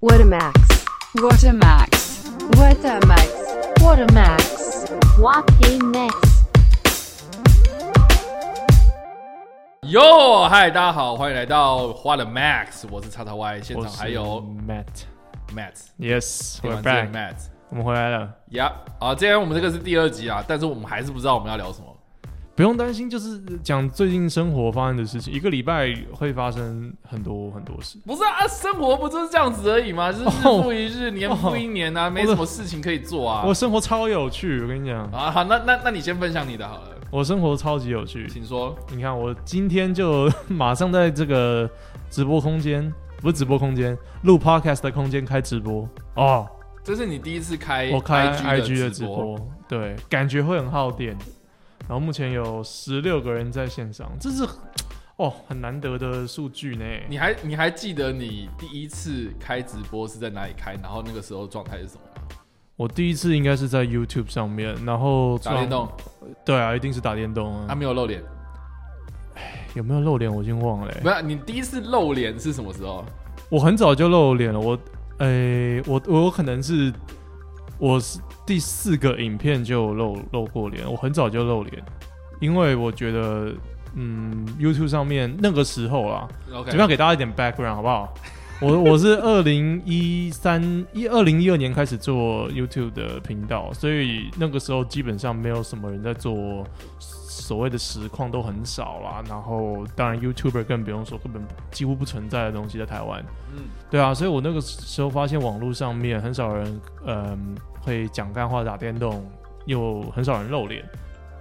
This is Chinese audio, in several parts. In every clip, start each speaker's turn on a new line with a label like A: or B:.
A: What a max.
B: What a max.
A: What a max. What a max.
C: What a max！
D: 哟，嗨，大家好，欢迎来到花了 Max，我是叉叉 Y，现
E: 我
D: 场
E: 是
D: 还有
E: Matt。
D: Matt，
E: Yes，we're
D: 这
E: back，
D: Matt，
E: 我们回来了，
D: 呀，啊，今天我们这个是第二集啊，但是我们还是不知道我们要聊什么。
E: 不用担心，就是讲最近生活发生的事情，一个礼拜会发生很多很多事。
D: 不是啊，啊生活不就是这样子而已吗？就是日复
E: 哦
D: 一日，年复一年啊，没什么事情可以做啊
E: 我。生活超有趣，我跟你讲，
D: 啊，好，那那那你先分享你的好了，
E: 我生活超级有趣。
D: 请说。
E: 你看，我今天就马上在这个直播空间，不是直播空间，录 podcast 的空间开直播哦。
D: 这是你第一次开
E: 我开
D: IG
E: IG
D: 的
E: 的直播，对，感觉会很耗电。然后目前有十六个人在线上，这是哦很难得的数据呢。
D: 你还你还记得你第一次开直播是在哪里开，然后那个时候状态是什么吗？
E: 我第一次应该是在 YouTube 上面，然后
D: 打电动，
E: 撞，对啊，一定是打电动啊。
D: 他没有露脸。
E: 有没有露脸我已经忘了、欸
D: 不，是你第一次露脸是什么时候？
E: 我很早就露脸了。我，诶、我我可能是我是第四个影片就露露过脸，我很早就露脸，因为我觉得，嗯，YouTube 上面那个时候啊，
D: OK，
E: 怎么样给大家一点 background 好不好？我我是二零一三一二零一二年开始做 YouTube 的频道，所以那个时候基本上没有什么人在做所谓的实况，都很少啦。然后当然 YouTuber 更不用说，根本几乎不存在的东西在台湾。
D: 嗯，
E: 对啊，所以我那个时候发现网络上面很少人，嗯，会讲干话、打电动，又很少人露脸，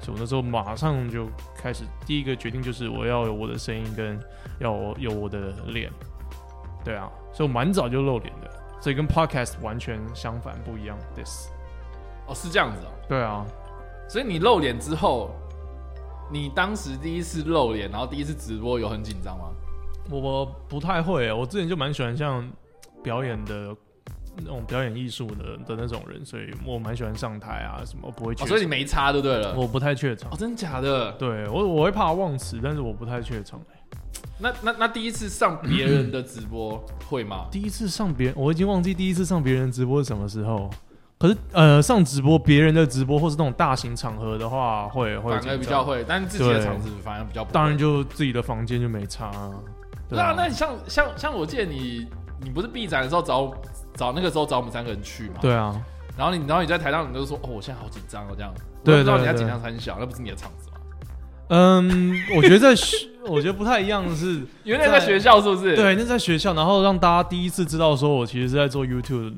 E: 所以我那时候马上就开始第一个决定就是我要有我的声音跟要有我的脸，对啊，所以我蛮早就露脸的，所以跟 podcast 完全相反不一样，this，
D: 哦，是这样子哦。
E: 对啊，
D: 所以你露脸之后，你当时第一次露脸，然后第一次直播有很紧张吗？
E: 我我不太会，我之前就蛮喜欢像表演的。那种表演艺术的的那种人，所以我蛮喜欢上台啊，什么我不会怯
D: 哦，
E: 场、
D: 所以你没差就对了。
E: 我不太怯场
D: 哦，。真假的？
E: 对我我会怕忘词，但是我不太怯场、
D: 那那那第一次上别人的直播 会吗？
E: 第一次上别人，我已经忘记第一次上别人的直播是什么时候。可是呃，上直播别人的直播或是那种大型场合的话，会会
D: 反而
E: 紧
D: 比
E: 张
D: 较。会，但是自己的
E: 对
D: 场子反而比较不会
E: 当然就自己的房间就没差、啊。
D: 对啊。那你像像像我记得你，你不是闭展的时候找我找那个时候找我们三个人去嘛？。
E: 对啊，
D: 然后你然后你在台上你就说哦，我现在好紧张哦，这样。
E: 对
D: 我也不知道
E: 对
D: 你在
E: 对
D: 紧张很小，那不是你的场子吗？哦
E: 嗯，我觉得在学，我觉得不太一样 的是，
D: 因为那在
E: 在
D: 学校是不是？
E: 对，那在学校，然后让大家第一次知道说我其实是在做 YouTube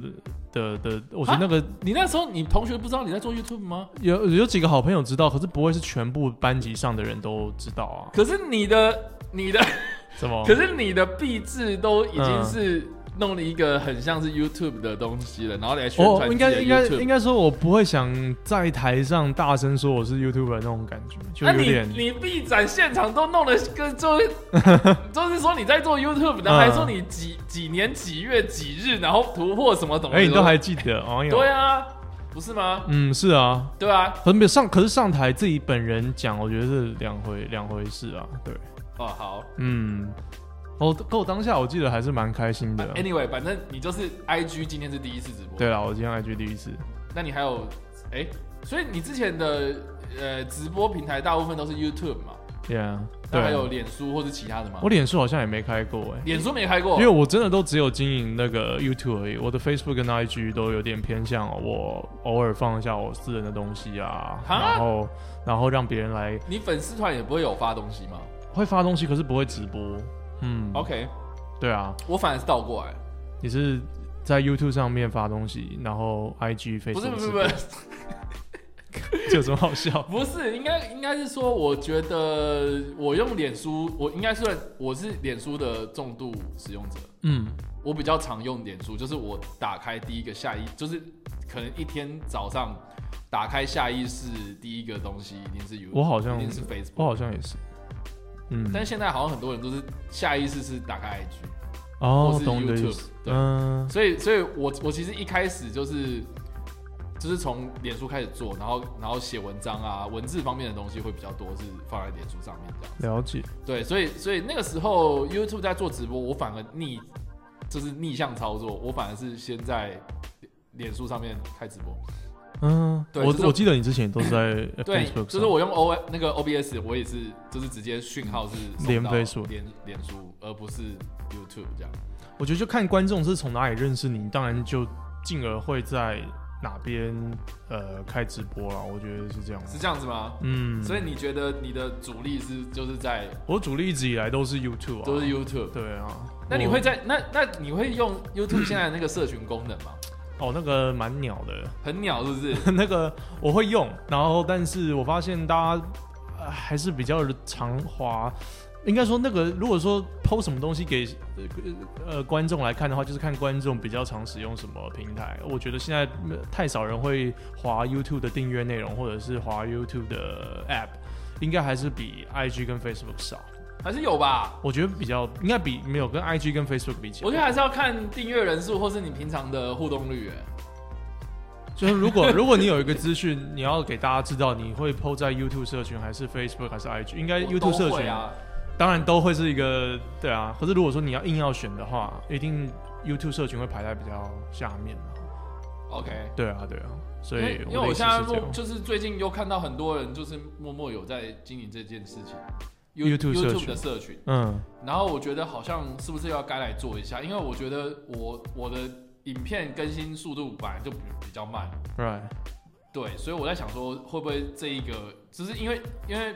E: 的的的，我觉得那个
D: 你那时候你同学不知道你在做 YouTube 吗？
E: 有有几个好朋友知道，可是不会是全部班级上的人都知道啊？
D: 可是你的你的，
E: 什么
D: 可？是你的壁纸都已经是弄了一个很像是 YouTube 的东西了，然后你还宣
E: 我
D: 传
E: 哦应
D: 自己
E: 该
D: 的
E: 应该
D: YouTube
E: 应该说，我不会想在台上大声说我是 YouTuber 那种感觉，就
D: 那
E: 有
D: 你
E: 点
D: 你闭展现场都弄得跟就是就是说你在做 YouTube，然后还
E: 嗯
D: 说你几几年几月几日，然后突破什么东西？
E: 哎、你都还记得？哦，哎呦
D: 对，啊，不是吗？
E: 嗯，是啊，
D: 对啊，
E: 可是没有上，可是上台自己本人讲，我觉得是两回两回事啊，对，
D: 哦好
E: 嗯，哦，可我当下我记得还是蛮开心的啊、
D: ，Anyway，反正你就是 IG 今天是第一次直播，
E: 对啊啦，我今天 IG 第一次，
D: 那你还有哎、所以你之前的呃直播平台大部分都是 YouTube 嘛？
E: yeah，
D: 那还
E: 对
D: 有
E: 啊，
D: 脸书或是其他的吗
E: 我？脸书好像也没开过哎、
D: 脸书没开过，
E: 因为我真的都只有经营那个 YouTube 而已，我的 Facebook 跟 IG 都有点偏向我偶尔放一下我私人的东西啊，
D: 哈
E: 然后然后让别人来
D: 你粉丝团也不会有发东西吗、
E: 会发东西，可是不会直播。嗯
D: o k
E: 对啊，
D: 我反而是倒过来，
E: 你是在 YouTube 上面发东西，然后 IG、Facebook
D: 不是不是
E: 直
D: 不
E: 播
D: 是
E: 有什么好笑？
D: 不是，应该应该是说，我觉得我用脸书，我应该算我是脸书的重度使用者，
E: 嗯，
D: 我比较常用脸书，就是我打开第一个下意，就是可能一天早上打开下意识第一个东西一定是 YouTube，
E: 我好像
D: 一定是
E: 我
D: Facebook，
E: 好像也是。嗯，
D: 但现在好像很多人都是下意识是打开 IG。
E: 哦
D: 或，是
E: 懂你的
D: YouTube，
E: 意思。
D: 对
E: 嗯，
D: 所以，所以我我其实一开始就是就是从脸书开始做，然后然后写文章啊，文字方面的东西会比较多，是放在脸书上面这样。
E: 了解。
D: 对，所以所以那个时候 YouTube 在做直播，我反而逆就是逆向操作，我反而是先在脸脸书上面开直播。
E: 嗯，
D: 对
E: 我
D: 就是
E: 我记得你之前都是在
D: 对
E: Facebook，上，
D: 就是我用 O 那个 OBS，我也是就是直接讯号是送
E: 连
D: 到
E: Facebook
D: 连脸书，而不是 YouTube 这样。
E: 我觉得就看观众是从哪里认识你，当然就进而会在哪边呃开直播啦。我觉得是这样。
D: 是这样子吗？
E: 嗯，
D: 所以你觉得你的主力是就是在
E: 我主力一直以来都是 YouTube 啊，
D: 都是 YouTube？、
E: 对啊。
D: 那你
E: 我
D: 会在那那你会用 YouTube 现在的那个社群功能吗？
E: 哦，那个蛮鸟的，
D: 很鸟是不是？
E: 那个我会用，然后但是我发现大家、呃还是比较常滑。应该说，那个如果说抛什么东西给呃呃观众来看的话，就是看观众比较常使用什么平台。我觉得现在、呃太少人会滑 YouTube 的订阅内容，或者是滑 YouTube 的 App，应该还是比 IG 跟 Facebook 少。
D: 还是有 吧？
E: 我觉得比较应该比没有跟 IG 跟 Facebook 比起来，
D: 我觉得还是要看订阅人数或是你平常的互动率、哎，
E: 就是如果如果你有一个资讯，你要给大家知道，你会 PO 在 YouTube 社群还是 Facebook 还是 IG？应该
D: 我
E: YouTube 社
D: 都会
E: 群、
D: 啊，
E: 当然都会是一个对啊。可是如果说你要硬要选的话，一定 YouTube 社群会排在比较下面嘛。
D: OK。
E: 对啊，对啊。所
D: 因
E: 以
D: 为因为我
E: 的意思
D: 现在
E: 是这
D: 默
E: 样。
D: 就是最近又看到很多人就是默默有在经营这件事情
E: YouTube 社群
D: 的社群，
E: 嗯，
D: 然后我觉得好像是不是要该来做一下？因为我觉得我我的影片更新速度本来就比比较慢，
E: right，
D: 对，所以我在想说会不会这一个，只是因为因为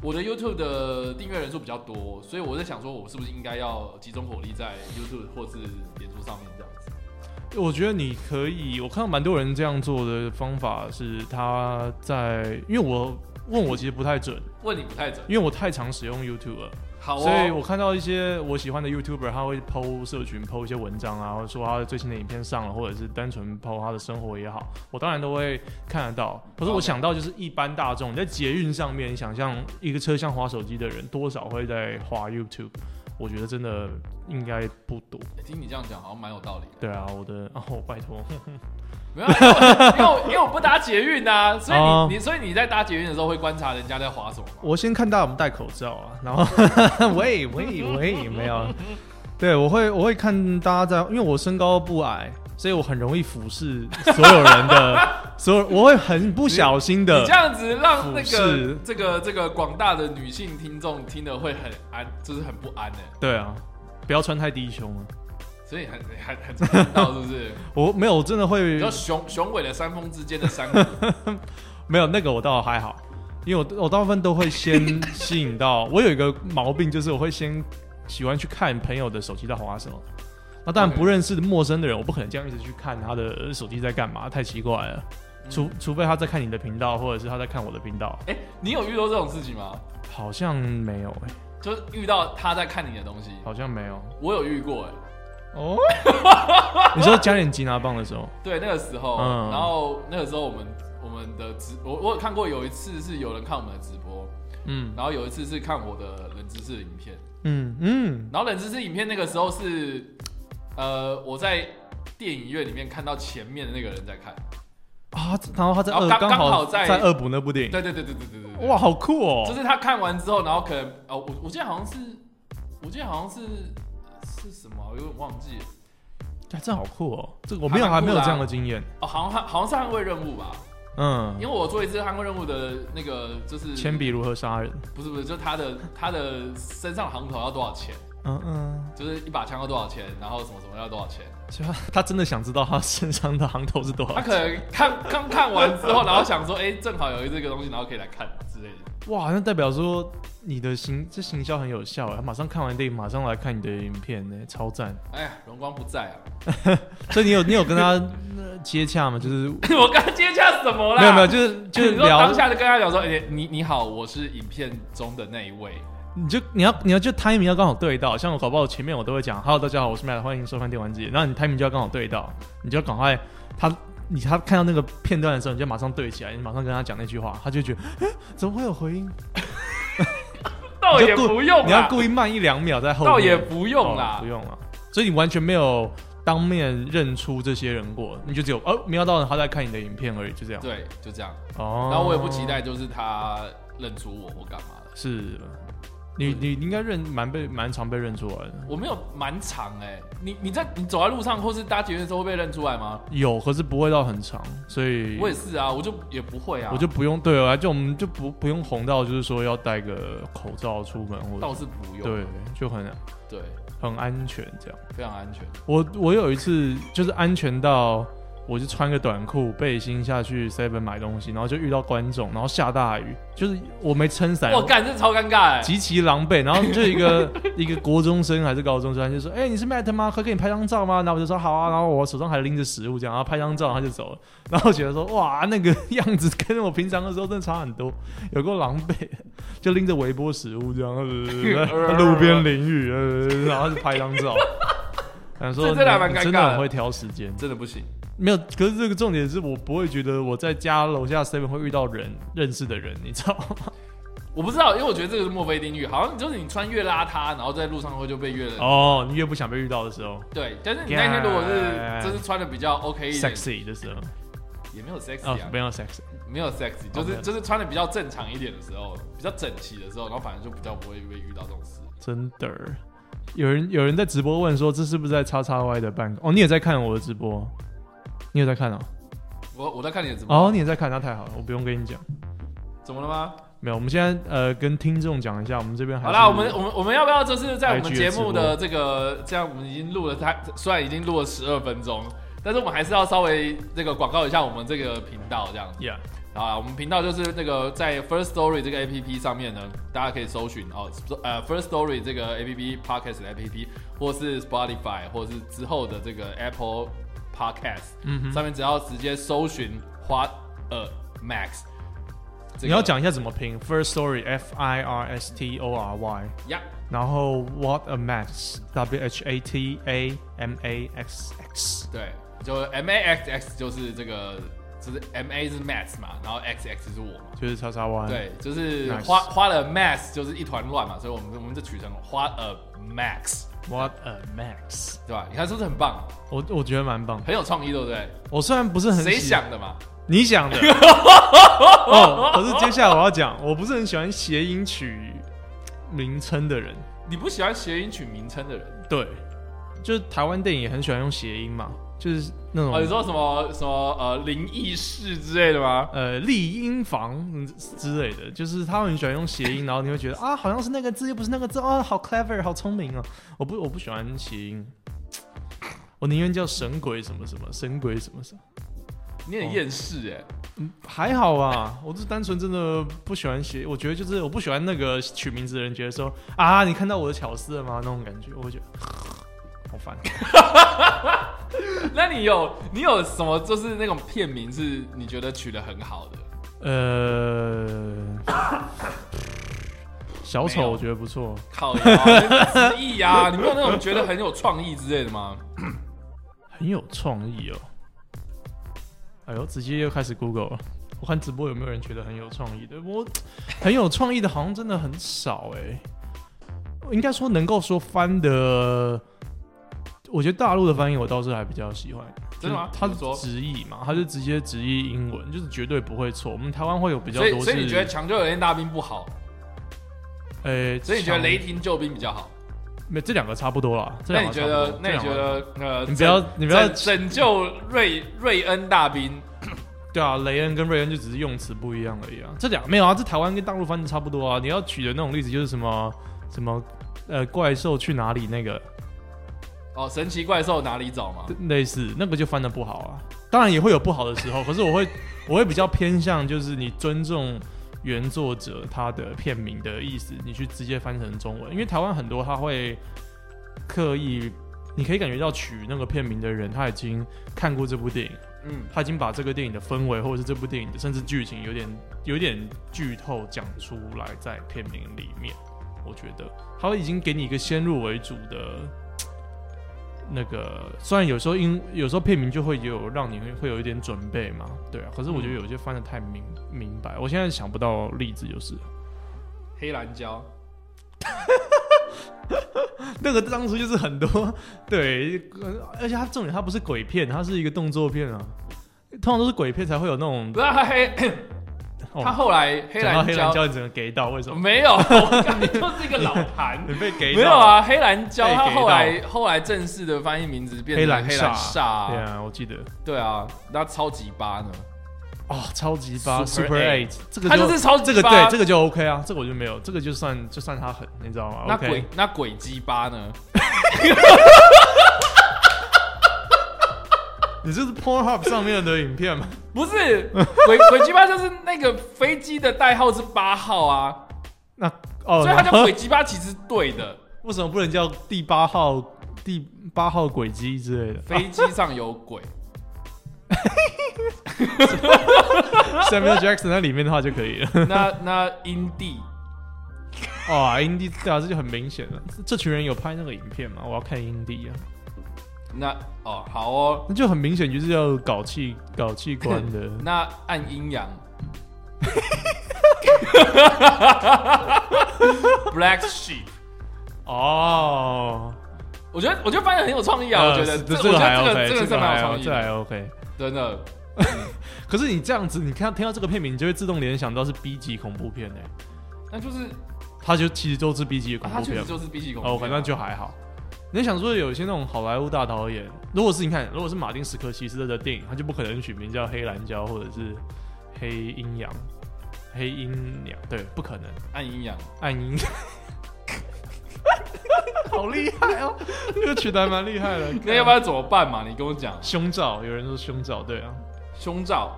D: 我的 YouTube 的订阅人数比较多，所以我在想说我是不是应该要集中火力在 YouTube 或是脸书上面这样子？
E: 我觉得你可以，我看到蛮多人这样做的方法是他在，因为我问我其实不太准，
D: 问你不太准，
E: 因为我太常使用 YouTube 了。
D: 好哦，
E: 所以我看到一些我喜欢的 YouTuber，他会 PO 社群 PO 一些文章啊，或者说他的最新的影片上了，或者是单纯 PO 他的生活也好，我当然都会看得到。可是我
D: OK
E: 想到就是一般大众你在捷运上面，你想象一个车厢滑手机的人，多少会在滑 YouTube。我觉得真的应该不多，
D: 欸听你这样讲好像蛮有道理的。
E: 对啊，我的哦，拜托，
D: 没有啊，因为我因为我因为我不搭捷运啊，所以你、
E: 哦
D: 你所以你在搭捷运的时候会观察人家在滑什么吗？
E: 我先看大家有没有戴口罩啊，然后 喂喂喂，没有。啊对，我会我会看大家在，因为我身高不矮，所以我很容易俯视所有人 的所有，我会很不小心的
D: 你这。样子让那
E: 俯
D: 个
E: 视
D: 这个这个广大的女性听众听得会很安，就是很不安呢、欸
E: 对啊，不要穿太低胸啊！
D: 所以很很很常听到是不是？
E: 我没有我真的
D: 比
E: 会
D: 较雄雄伟的山峰之间的山 谷，
E: 没有那个我倒还好，因为我我大部分都会 先吸引到我有一个毛病，就是我会先喜欢去看朋友的手机在滑什么。那当然
D: OK
E: 不认识的陌生的人，我不可能这样一直去看他的手机在干嘛，太奇怪了。
D: 嗯
E: 除除非他在看你的频道，或者是他在看我的频道，
D: 哎、你有遇到这种事情吗？
E: 好像没有、欸，
D: 就是遇到他在看你的东西，
E: 好像没有。
D: 我有遇过哎、
E: 哦， 你说加点吉拿棒的时候，
D: 对，那个时候，
E: 嗯
D: 然后那个时候我们我们的直，我我有看过有一次是有人看我们的直播，
E: 嗯
D: 然后有一次是看我的冷知识的影片，
E: 嗯嗯，
D: 然后冷知识影片那个时候是，呃，我在电影院里面看到前面的那个人在看，
E: 啊，然后他在
D: 然后
E: 恶
D: 哦刚刚好
E: 好
D: 在
E: 在恶补那部电
D: 对对对对对对对，
E: 影，哇，，好酷哦！
D: 就是他看完之后，然后可能哦，我我记得好像是，我记得好像是是什么啊，我有点忘记了，
E: 哎，这好酷哦！这个我没有
D: 还
E: 还
D: 蛮酷
E: 没
D: 的啊
E: 有这样的经验。
D: 哦，好像好像是捍卫任务吧，
E: 嗯
D: 因为，我做一次捍卫任务的那个就是
E: 铅，笔如何杀人？
D: 不是不是，就是他的他的身上行头要多少钱，
E: 嗯嗯，
D: 就是一把枪要多少钱，然后什么什么要多少钱。
E: 所以他他真的想知道他身上的行头是多
D: 他
E: 少？
D: 可能看 刚看完之后，然后想说，哎、正好有这个东西，然后可以来看之类的。
E: 哇，那代表说你的行这行销很有效哎！他马上看完电影，马上来看你的影片呢，超赞！
D: 哎呀，荣光不在啊！
E: 所以你有你有跟 他呃接洽吗？就是
D: 我刚接洽什么啦？
E: 没有没 有，就是就是
D: 你说
E: 聊
D: 当，下就跟他讲说，哎、你你好，我是影片中的那一位。
E: 你就你要你要就 timing 要刚好对到，像我搞不好前面我都会讲，Hello，大家好，我是 Matt，欢迎收看电玩机。然后你 timing 就要刚好对到，你就要赶快他你他看到那个片段的时候，你就马上对起来，你马上跟他讲那句话，他就觉得诶怎么会有回音？
D: 倒也
E: 你就故
D: 不 用啦，
E: 你要故意慢一两秒在后面，
D: 倒也不用
E: 哦
D: 啦
E: 不。用了。所以你完全没有当面认出这些人过，你就只有哦瞄到他在看你的影片而已，就这样。
D: 对，就这样。
E: 哦，
D: 然后我也不期待，就是他认出我或干嘛的。
E: 是你你你应该认蛮被蛮常被认出来的，
D: 我没有蛮长哎、你你在你走在路上或是搭捷运的时候会被认出来吗？
E: 有可是不会到很长，所以
D: 我也是啊，我就也不会啊，
E: 嗯我就不用对啊，就我们就不不用红到就是说要戴个口罩出门或者
D: 倒是不用，
E: 对，就很
D: 对，
E: 很安全这样。
D: 非常安全。
E: 我我有一次就是安全到，我就穿个短裤背心下去 Seven 买东西，然后就遇到观众，然后下大雨，就是我没撑伞，
D: 我干，这超尴尬哎、
E: 极其狼狈。然后就一个 一个国中生还是高中生，他就说：“哎、你是 Matt 吗？可以给你拍张照吗？”然后我就说：“好啊。”然后我手上还拎着食物，这样，然后拍张照，他就走了。 然后我觉得说：“哇，那个样子跟我平常的时候真的差很多， 有够狼狈， 就拎着微波食 物这样，呃在路边淋雨， 呃然后就拍张照。”想说
D: 这真的还蛮尴尬的
E: 你真的很会挑时间。
D: 真的不行，
E: 没有，可是这个重点是我不会觉得我在家楼下 seven 会遇到人认识的人，你知道吗？
D: 我不知道，因为我觉得这个是墨菲定律，好像就是你穿越邋遢，然后在路上会就被越人。
E: 哦，你越不想被遇到的时候。
D: 对，但是你那天如果是
E: Yeah
D: 就是穿的比较 OK 一点
E: sexy 的时候，
D: 也没有 sexy
E: 哦
D: 啊，，
E: 没有 sexy，
D: 没有 sexy，
E: 哦
D: 就
E: 没
D: 是、
E: 有
D: 就是穿的比较正常一点的时候，比较整齐的时候，然后反正就比较不会被遇到这种事。
E: 真的儿。有人有人在直播问说，这是不是在叉叉 Y 的办公？哦，你也在看我的直播，你有在看啊？
D: 我我在看你的直播，
E: 哦，你也在看，那太好了，我不用跟你讲。
D: 怎么了吗？
E: 没有，我们现在呃跟听众讲一下，我们这边还
D: 好
E: 是
D: 啦，我们我们我们要不要就是在我
E: IG
D: 们
E: 的
D: 节目的这个这样，我们已经录了它，虽然已经录了十二分钟，但是我们还是要稍微这个广告一下我们这个频道这样子。
E: yeah
D: 好啊，我们频道就是那个在 First Story 这个 A P P 上面呢，大家可以搜寻哦，呃 First Story 这个 A P P Podcast 的 A P P，或是 Spotify，或是之后的这个 Apple Podcast，、
E: 嗯哼
D: 上面只要直接搜寻花呃 Max，、这个、
E: 你要讲一下怎么拼 first story F I R S T O R Y，
D: 呀
E: 然后 what a max W H A T A M A X X，
D: 对，就 M A X X 就是这个，就是 M A 是 Max 嘛，然后 X X 是我嘛，
E: 就是叉叉 Y。，
D: 对，就是
E: 嗯 Nice
D: 花花了 Max 就是一团乱嘛，所以我们我们就取成花呃 Max，
E: what a max，
D: 对吧？你看是不是很棒，
E: 我我觉得蛮棒。
D: 很有创意，对不对？
E: 我虽然不是很
D: 谁
E: 喜欢
D: 想的嘛？
E: 你想的。 哦，可是接下来我要讲，我不是很喜欢谐音取名称的人。
D: 你不喜欢谐音取名称的人
E: 对，就是台湾电影也很喜欢用谐音嘛，就是那种、
D: 哦？你说什么什么呃灵异事之类的吗？
E: 呃丽婴房嗯之类的，就是他们很喜欢用谐音，然后你会觉得啊，好像是那个字，又不是那个字，啊，好 clever，好聪明哦。我不我不喜欢谐音。我宁愿叫神鬼什么什么，神鬼什么什么，
D: 你很厌世哎、
E: 还好啊，我是单纯真的不喜欢写，我觉得就是我不喜欢那个取名字的人觉得说啊，你看到我的巧思了吗？那种感觉，我会觉得 好烦。嗯
D: 那你有你有什么就是那种片名是你觉得取得很好的？
E: 呃， 小
D: 没
E: 丑
D: 有
E: 我觉得不错，
D: 靠呀， 那是直译啊！你没有那种觉得很有创意之类的吗？
E: 很有创意哦。哎呦，直接又开始 Google 了。我看直播有没有人觉得很有创意的？我很有创意的，好像真的很少哎、我应该说能够说翻的，我觉得大陆的翻译我倒是还比较喜欢。
D: 真的吗
E: 就是它
D: 怎么说
E: 是直译嘛，它是直接直译英文，就是绝对不会错。我们台湾会有比较
D: 所以
E: 多
D: 所以你
E: 是
D: 觉得《抢救人员大兵》不好，
E: 呃、
D: 所以你觉得
E: 像
D: 《雷霆救兵》比较好？
E: 没这两个差不多啦。这
D: 那
E: 两
D: 你
E: 个
D: 觉
E: 差啊不
D: 得
E: 多
D: 那你觉？
E: 这两个
D: 得呃，
E: 你不要
D: 拯
E: 你不要
D: 拯拯救瑞瑞恩大兵？
E: 对啊，雷恩跟瑞恩就只是用词不一样而已啊。这两没有啊，这台湾跟大陆翻译差不多啊。你要举的那种例子就是什么什么呃怪兽去哪里那个
D: 哦，神奇怪兽哪里找吗？
E: 类似那个就翻的不好啊。当然也会有不好的 时候，可是我会我会比较偏向就是你尊重原作者他的片名的意思，你去直接翻成中文，因为台湾很多他会刻意。你可以感觉到取那个片名的人，他已经看过这部电影，
D: 嗯，
E: 他已经把这个电影的氛围，或者是这部电影的甚至剧情，有点有点剧透讲出来在片名里面。我觉得他已经给你一个先入为主的那个，虽然有时候因有时候片名就会有让你会会有一点准备嘛，对啊。可是我觉得有些翻的太明明白，我现在想不到例子，就是
D: 黑蓝胶。
E: 嗯那个当初就是很多对，呃而且它重点它不是鬼片，它是一个动作片啊。通常都是鬼片才会有那种
D: 不是啊黑
E: 哦
D: 他后来黑
E: 讲到
D: 蓝
E: 黑蓝胶，你整个给到为什么？
D: 没 有，我干你就是一个老坛。
E: 你被给到
D: 没有？啊，黑蓝胶
E: 被
D: 他
E: 给
D: 后来后来正式的翻译名字变成
E: 黑蓝
D: 黑蓝
E: 煞
D: 煞啊，
E: 对啊，我记得
D: 对啊，那超级八呢？
E: 哦，超级八
D: Super
E: Super
D: Eight
E: Eight，这个
D: 他就是超级
E: 这个
D: 八
E: 对这个就 OK 啊，这个我就没有，这个就算就算他狠，你知道吗？
D: 那
E: OK
D: 鬼那鬼鸡巴呢？
E: 你这是 Pornhub 上面的影 片吗？
D: 不是鬼 鬼鸡巴就是那个飞机的代号是八号啊，
E: 那
D: 所
E: 哦，
D: 以它叫
E: 然后
D: 鬼鸡巴其实对的，
E: 为什么不能叫第八号第八号轨迹之 类的？
D: 飞机上有 鬼。
E: Samuel Jackson 在里面的话就可以了。
D: 那那阴地
E: 哇，英帝对啊，这就很明显了。这群人有拍那个影片嘛？我要看英帝啊，
D: 那哦好哦，。
E: 那就很明显就是要搞器搞器官的
D: 那按阴 阳。Black sheep，
E: 哦，
D: 我觉得我觉得翻译很有创意啊，我觉得
E: 呃这
D: 这
E: 这
D: 我觉
E: 个还
D: 得这个
E: OK，
D: 这个是蛮有
E: 还
D: 创意
E: 这个
D: 的，
E: 还 OK。
D: 真的。
E: 可是你这样子，你看听到这个片名，你就会自动联想到是 B 级恐怖片哎、
D: 那就是
E: 它就其实都是 B 级
D: 啊
E: 恐
D: 它
E: 怖
D: 确
E: 片
D: 实。就是 B 级恐怖片啊。
E: 哦，反正就还好。你想说有一些那种好莱坞大导演，如果是你看，如果是马丁·史科西斯的电影，他就不可能取名叫《黑蓝胶》或者是《黑阴阳》、《黑阴阳》，对，不可能。
D: 按阴阳。
E: 暗影， 好厉害哦！这个取得还蛮厉害的。
D: 那要不然怎么办嘛？你跟我讲，
E: 胸罩？有人说胸罩，对啊，
D: 胸罩，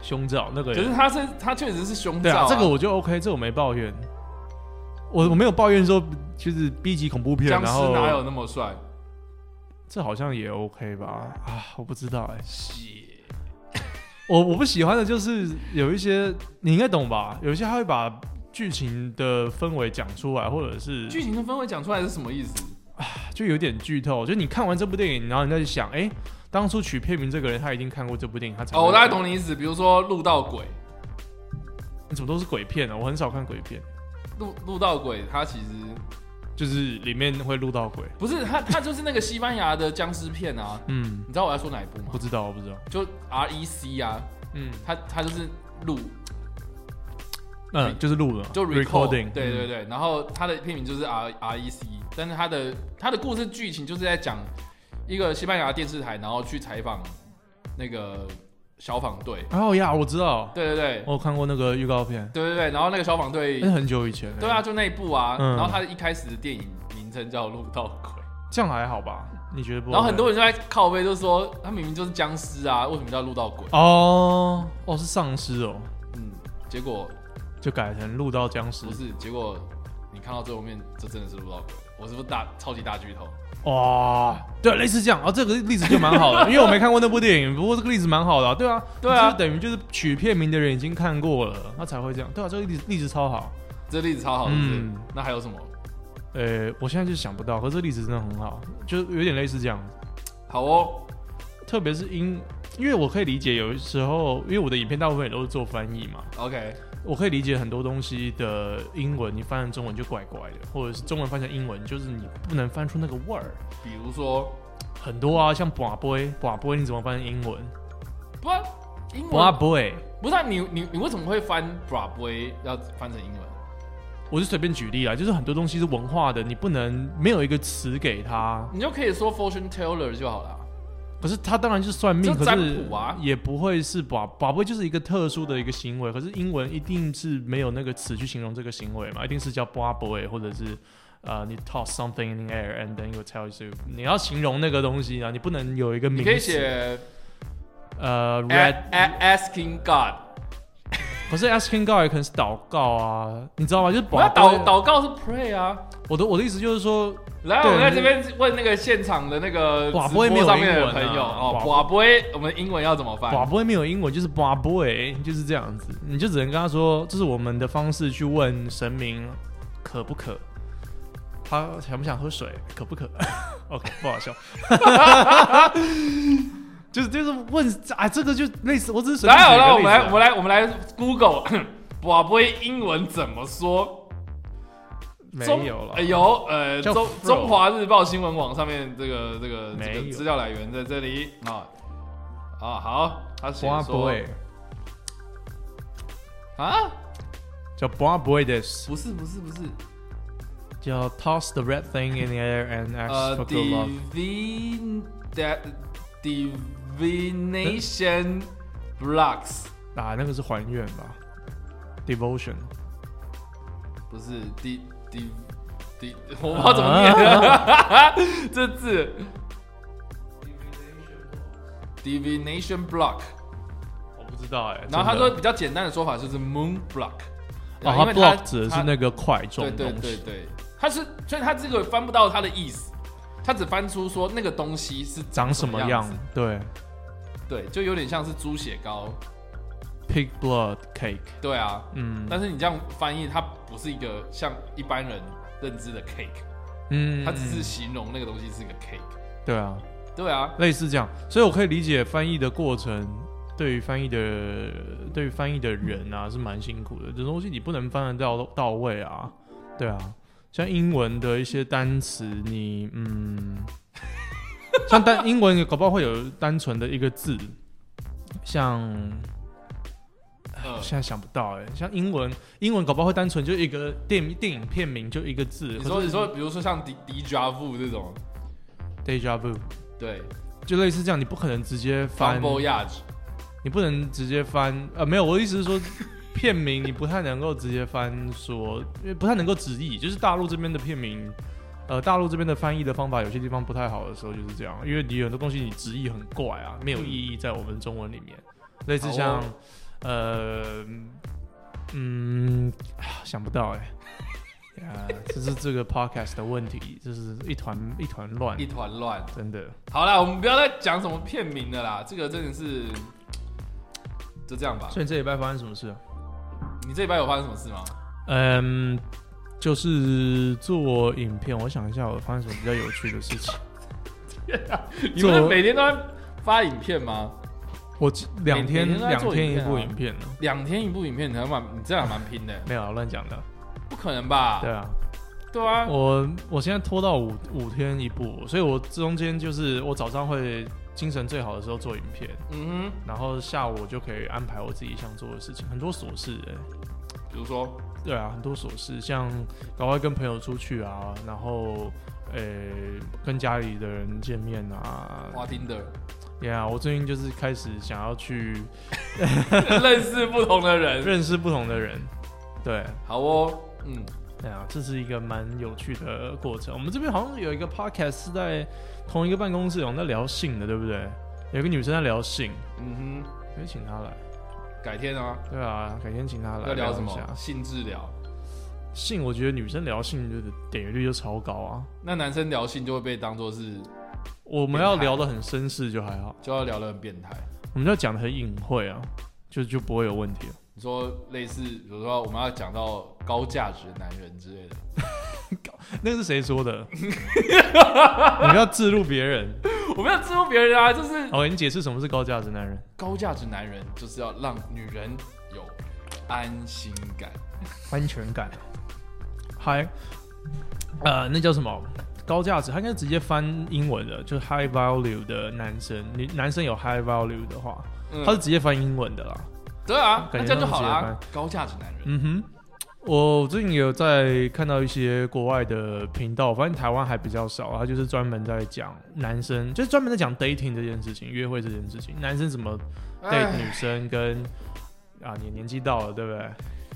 E: 胸罩那个
D: 可
E: 也
D: 是他是他确实是胸
E: 对
D: 罩、
E: 啊，这个我就 OK，这我没抱怨。我我没有抱怨说就是 B 级恐怖片，
D: 僵
E: 然
D: 尸
E: 后
D: 哪有那么帅？
E: 这好像也 OK 吧？啊，我不知道哎、
D: 血
E: 我我不喜欢的就是有一些你应该懂吧？有一些他会把剧情的氛围讲出来，或者是
D: 剧情的氛围讲出来是什么意思？
E: 就有点剧透，就你看完这部电影，然后你再去想，哎、当初取片名这个人他一定看过这部电影，他才
D: 哦，我大概
E: 会
D: 懂你意思。比如说录到鬼，
E: 你怎么都是鬼片呢、啊我很少看鬼片，
D: 录录到鬼，他其实
E: 就是里面会录到鬼。
D: 不是他， 他就是那个西班牙的僵尸片啊。
E: 嗯，
D: 你知道我要说哪一部
E: 不
D: 吗？
E: 知道，我不知道。
D: 就 R E C 啊，
E: 嗯
D: 他他就是录
E: 嗯，就是录了，
D: 就 recall,
E: recording。
D: 对对
E: 嗯，
D: 对，然后它的片名就是 R R E C，但是它的它的故事剧情就是在讲一个西班牙电视台，然后去采访那个消防队，
E: 哦呀，我知道，
D: 对对对，
E: 我有看过那个预告片，
D: 对对对，然后那个消防队
E: 那，很久以前。
D: 对啊，，就那一部啊，
E: 哎嗯
D: 然后它的一开始的电影名称叫《路到鬼》，
E: 这样还好吧？你觉得不？
D: 然后很多人就在靠背就说，他明明就是僵尸啊，为什么叫路到鬼？
E: 哦哦是丧尸哦，
D: 嗯，结果
E: 就改成录到僵尸
D: 不。是，结果你看到最后面，这真的是路到鬼，我是不是大超级大巨头？
E: 哇，对，类似这样啊、哦，这个例子就蛮 好的，因为我没看过那部电影，不过这个例子蛮好的啊、对啊，
D: 对啊
E: 就是等于就是取片名的人已经看过了，他才会这样，对啊，这个例子例子超好，
D: 这例子超好，是不是？
E: 嗯
D: 那还有什么？嗯
E: 呃，我现在就想不到，可是这个例子真的很好，就有点类似这样，
D: 好哦，
E: 特别是因，因为我可以理解，有时候因为我的影片大部分也都是做翻译嘛，
D: OK，
E: 我可以理解很多东西的英文，你翻成中文就怪怪的，或者是中文翻成英文，就是你不能翻出那个味儿，
D: 比如说，
E: 很多啊，像寡 boy 寡 boy 你怎么翻成英文？
D: 不是英
E: 寡
D: 文，
E: boy。
D: 不是、啊、你你你为什么会翻 bra boy 要翻成英文？
E: 我就随便举例啦，就是很多东西是文化的，你不能没有一个词给它。
D: 你就可以说 fortune teller 就好了。啊
E: 可是它当然就是算命，
D: 就
E: 可
D: 占
E: 是
D: 卜啊
E: 也不会是把把不会就是一个特殊的一个行为。可是英文一定是没有那个词去形容这个行为嘛，一定是叫 b a b o y 或者是呃你 toss something in the air and then you tell you，你要形容那个东西啊，你不能有一个
D: 你
E: 名词。
D: 可以写哎
E: 呃 red，
D: a- a- asking God，
E: 可是 asking God 也可能是祷告啊，你知道吗？就是
D: 我要
E: Bob
D: 祷祷告是 pray 啊。
E: 我的我的意思就是说，
D: 来，
E: 对
D: 我在这边问那个现场的那个
E: 寡
D: 直
E: 妇
D: 播
E: 也没有
D: 上面的
E: 英文
D: 朋
E: 啊
D: 友哦，寡
E: 寡妇
D: boy，我们英文要怎么翻？
E: 寡不会没有英文，就是寡不会就是这样子，你就只能跟他说，这是我们的方式去问神明渴不渴，他想不想喝水，渴不渴 ？OK，不好笑， 就是就是问啊，这个就类似，我只是随便
D: 来好
E: 举个
D: 了，
E: 例
D: 我们来我
E: 子啊
D: 们来我们来 Google 寡 boy 英文怎么说？
E: 没有了
D: 呃，有呃，
E: 叫
D: 中
E: Fro
D: 中华日报新闻网上面这个这个
E: 没
D: 这个
E: 有
D: 资料来源在这里
E: 哎
D: 啊啊好，他写
E: 寡不
D: 说
E: 会
D: 啊？
E: 叫 Bob b o y d e s
D: 不是不是不是，
E: 叫 Toss the Red Thing in the Air and Ask
D: 呃
E: for Good Luck。
D: ，divin that divination blocks
E: 啊，那个是还愿吧，Devotion。
D: 不是 di di di，我不知道啊怎么
E: 啊
D: 念的，这字 divination block。
E: 我不知道哎、
D: 然后他
E: 真的
D: 说比较简单的说法就是 moon block，
E: 哦，
D: 啊因
E: 他
D: 为
E: block 指的
D: 他
E: 是那个块状
D: 对
E: 的东
D: 对
E: 西。
D: 对对，他是所以他这个翻不到他的意思，他只翻出说那个东西是
E: 长什么
D: 么
E: 样
D: 子？
E: 对
D: 对，就有点像是猪血糕，
E: ，Pig blood cake。
D: 对啊，
E: 嗯
D: 但是你这样翻译，它不是一个像一般人认知的 cake，
E: 嗯，
D: 它只是形容那个东西是个 cake，
E: 对啊，
D: 对啊，
E: 类似这样，所以我可以理解翻译的过程。对于翻译的，对于翻译的人啊，是蛮辛苦的。这东西你不能翻得到到位啊，对啊。像英文的一些单词，你嗯，像单英文搞不好会有单纯的一个字，像
D: 呃，
E: 现在想不到哎、像英文英文搞不好会单纯就一个电电影片名就一个字，
D: 你
E: 可
D: 说
E: 是
D: 你说，比如说像 d d j a vu 这种，
E: deja vu，
D: 对
E: 就类似这样，你不可能直接翻
D: ，fumble yage，
E: 你不能直接翻，呃，没有，我的意思是说， 片名你不太能够直接翻说，因为不太能够直译，就是大陆这边的片名，呃，大陆这边的翻译的方法有些地方不太好的时候就是这样，因为你有很多东西你直译很怪啊，没有意义在我们中文里面，类似像，
D: 好哦
E: 呃，嗯，啊想不到哎、啊，这是这个 podcast 的问题，就是一团一团乱
D: 一，团乱。
E: 真的。
D: 好啦，我们不要再讲什么片名的啦，这个真的是就这样吧。
E: 所以你这礼拜发生什么事啊？
D: 你这礼拜有发生什么事吗？
E: 嗯，就是做影片，我想一下，我发生什么比较有趣的事情。
D: 你不是
E: 做
D: 每天都在发影片吗？
E: 我两
D: 每
E: 天
D: 天都在
E: 两
D: 做
E: 天一
D: 影片啊
E: 部影片呢，
D: 两天一部影片，你还蛮你这样还蛮拼的，
E: 没有啊乱讲的。
D: 不可能吧？
E: 对啊，
D: 对啊，
E: 我我现在拖到五五天一部，所以我中间就是我早上会精神最好的时候做影片，
D: 嗯
E: 然后下午我就可以安排我自己想做的事情，很多琐事、欸。
D: 哼，比如说
E: 对啊，很多琐事，像赶快跟朋友出去啊，然后呃、跟家里的人见面啊，
D: 花听的，
E: Yeah，我最近就是开始想要去
D: 认识不同的人，
E: 认识不同的人，对，
D: 好哦，嗯，
E: 对啊，这是一个蛮有趣的过程。我们这边好像有一个 podcast 是在同一个办公室，我们在聊性的，对不对？有一个女生在聊性，
D: 嗯哼，
E: 可以请她来。
D: 改天啊，
E: 对啊，改天请她来
D: 要聊
E: 一
D: 什
E: 下
D: 么？性治疗。
E: 性，我觉得女生聊性就是点阅率就超高啊。
D: 那男生聊性就会被当做是，
E: 我们要聊得很绅士就还好，
D: 就要聊得很变态。
E: 我们要讲得很隐晦啊，就就不会有问题了。
D: 你说类似，比如说我们要讲到高价值男人之类的，
E: 那个是谁说 的？你不要置入别人。
D: 我们要支付别人啊，就是
E: 哦，你解释什么是高价值男人？
D: 高价值男人就是要让女人有安心感。
E: 安全感，嗨，呃，那叫什么？高价值，他应该直接翻英文的，就是 high value 的男生，你男生有 high value 的话，
D: 嗯
E: 他是直接翻英文的啦。
D: 对啊，那
E: 感觉
D: 这样就好
E: 他们
D: 啦
E: 直。
D: 高价值男人，
E: 嗯哼，我最近有在看到一些国外的频道，反正台湾还比较少，他就是专门在讲男生，就是专门在讲 dating 这件事情，约会这件事情，男生怎么
D: 哎
E: date 女生跟啊，你年纪到了，对不对？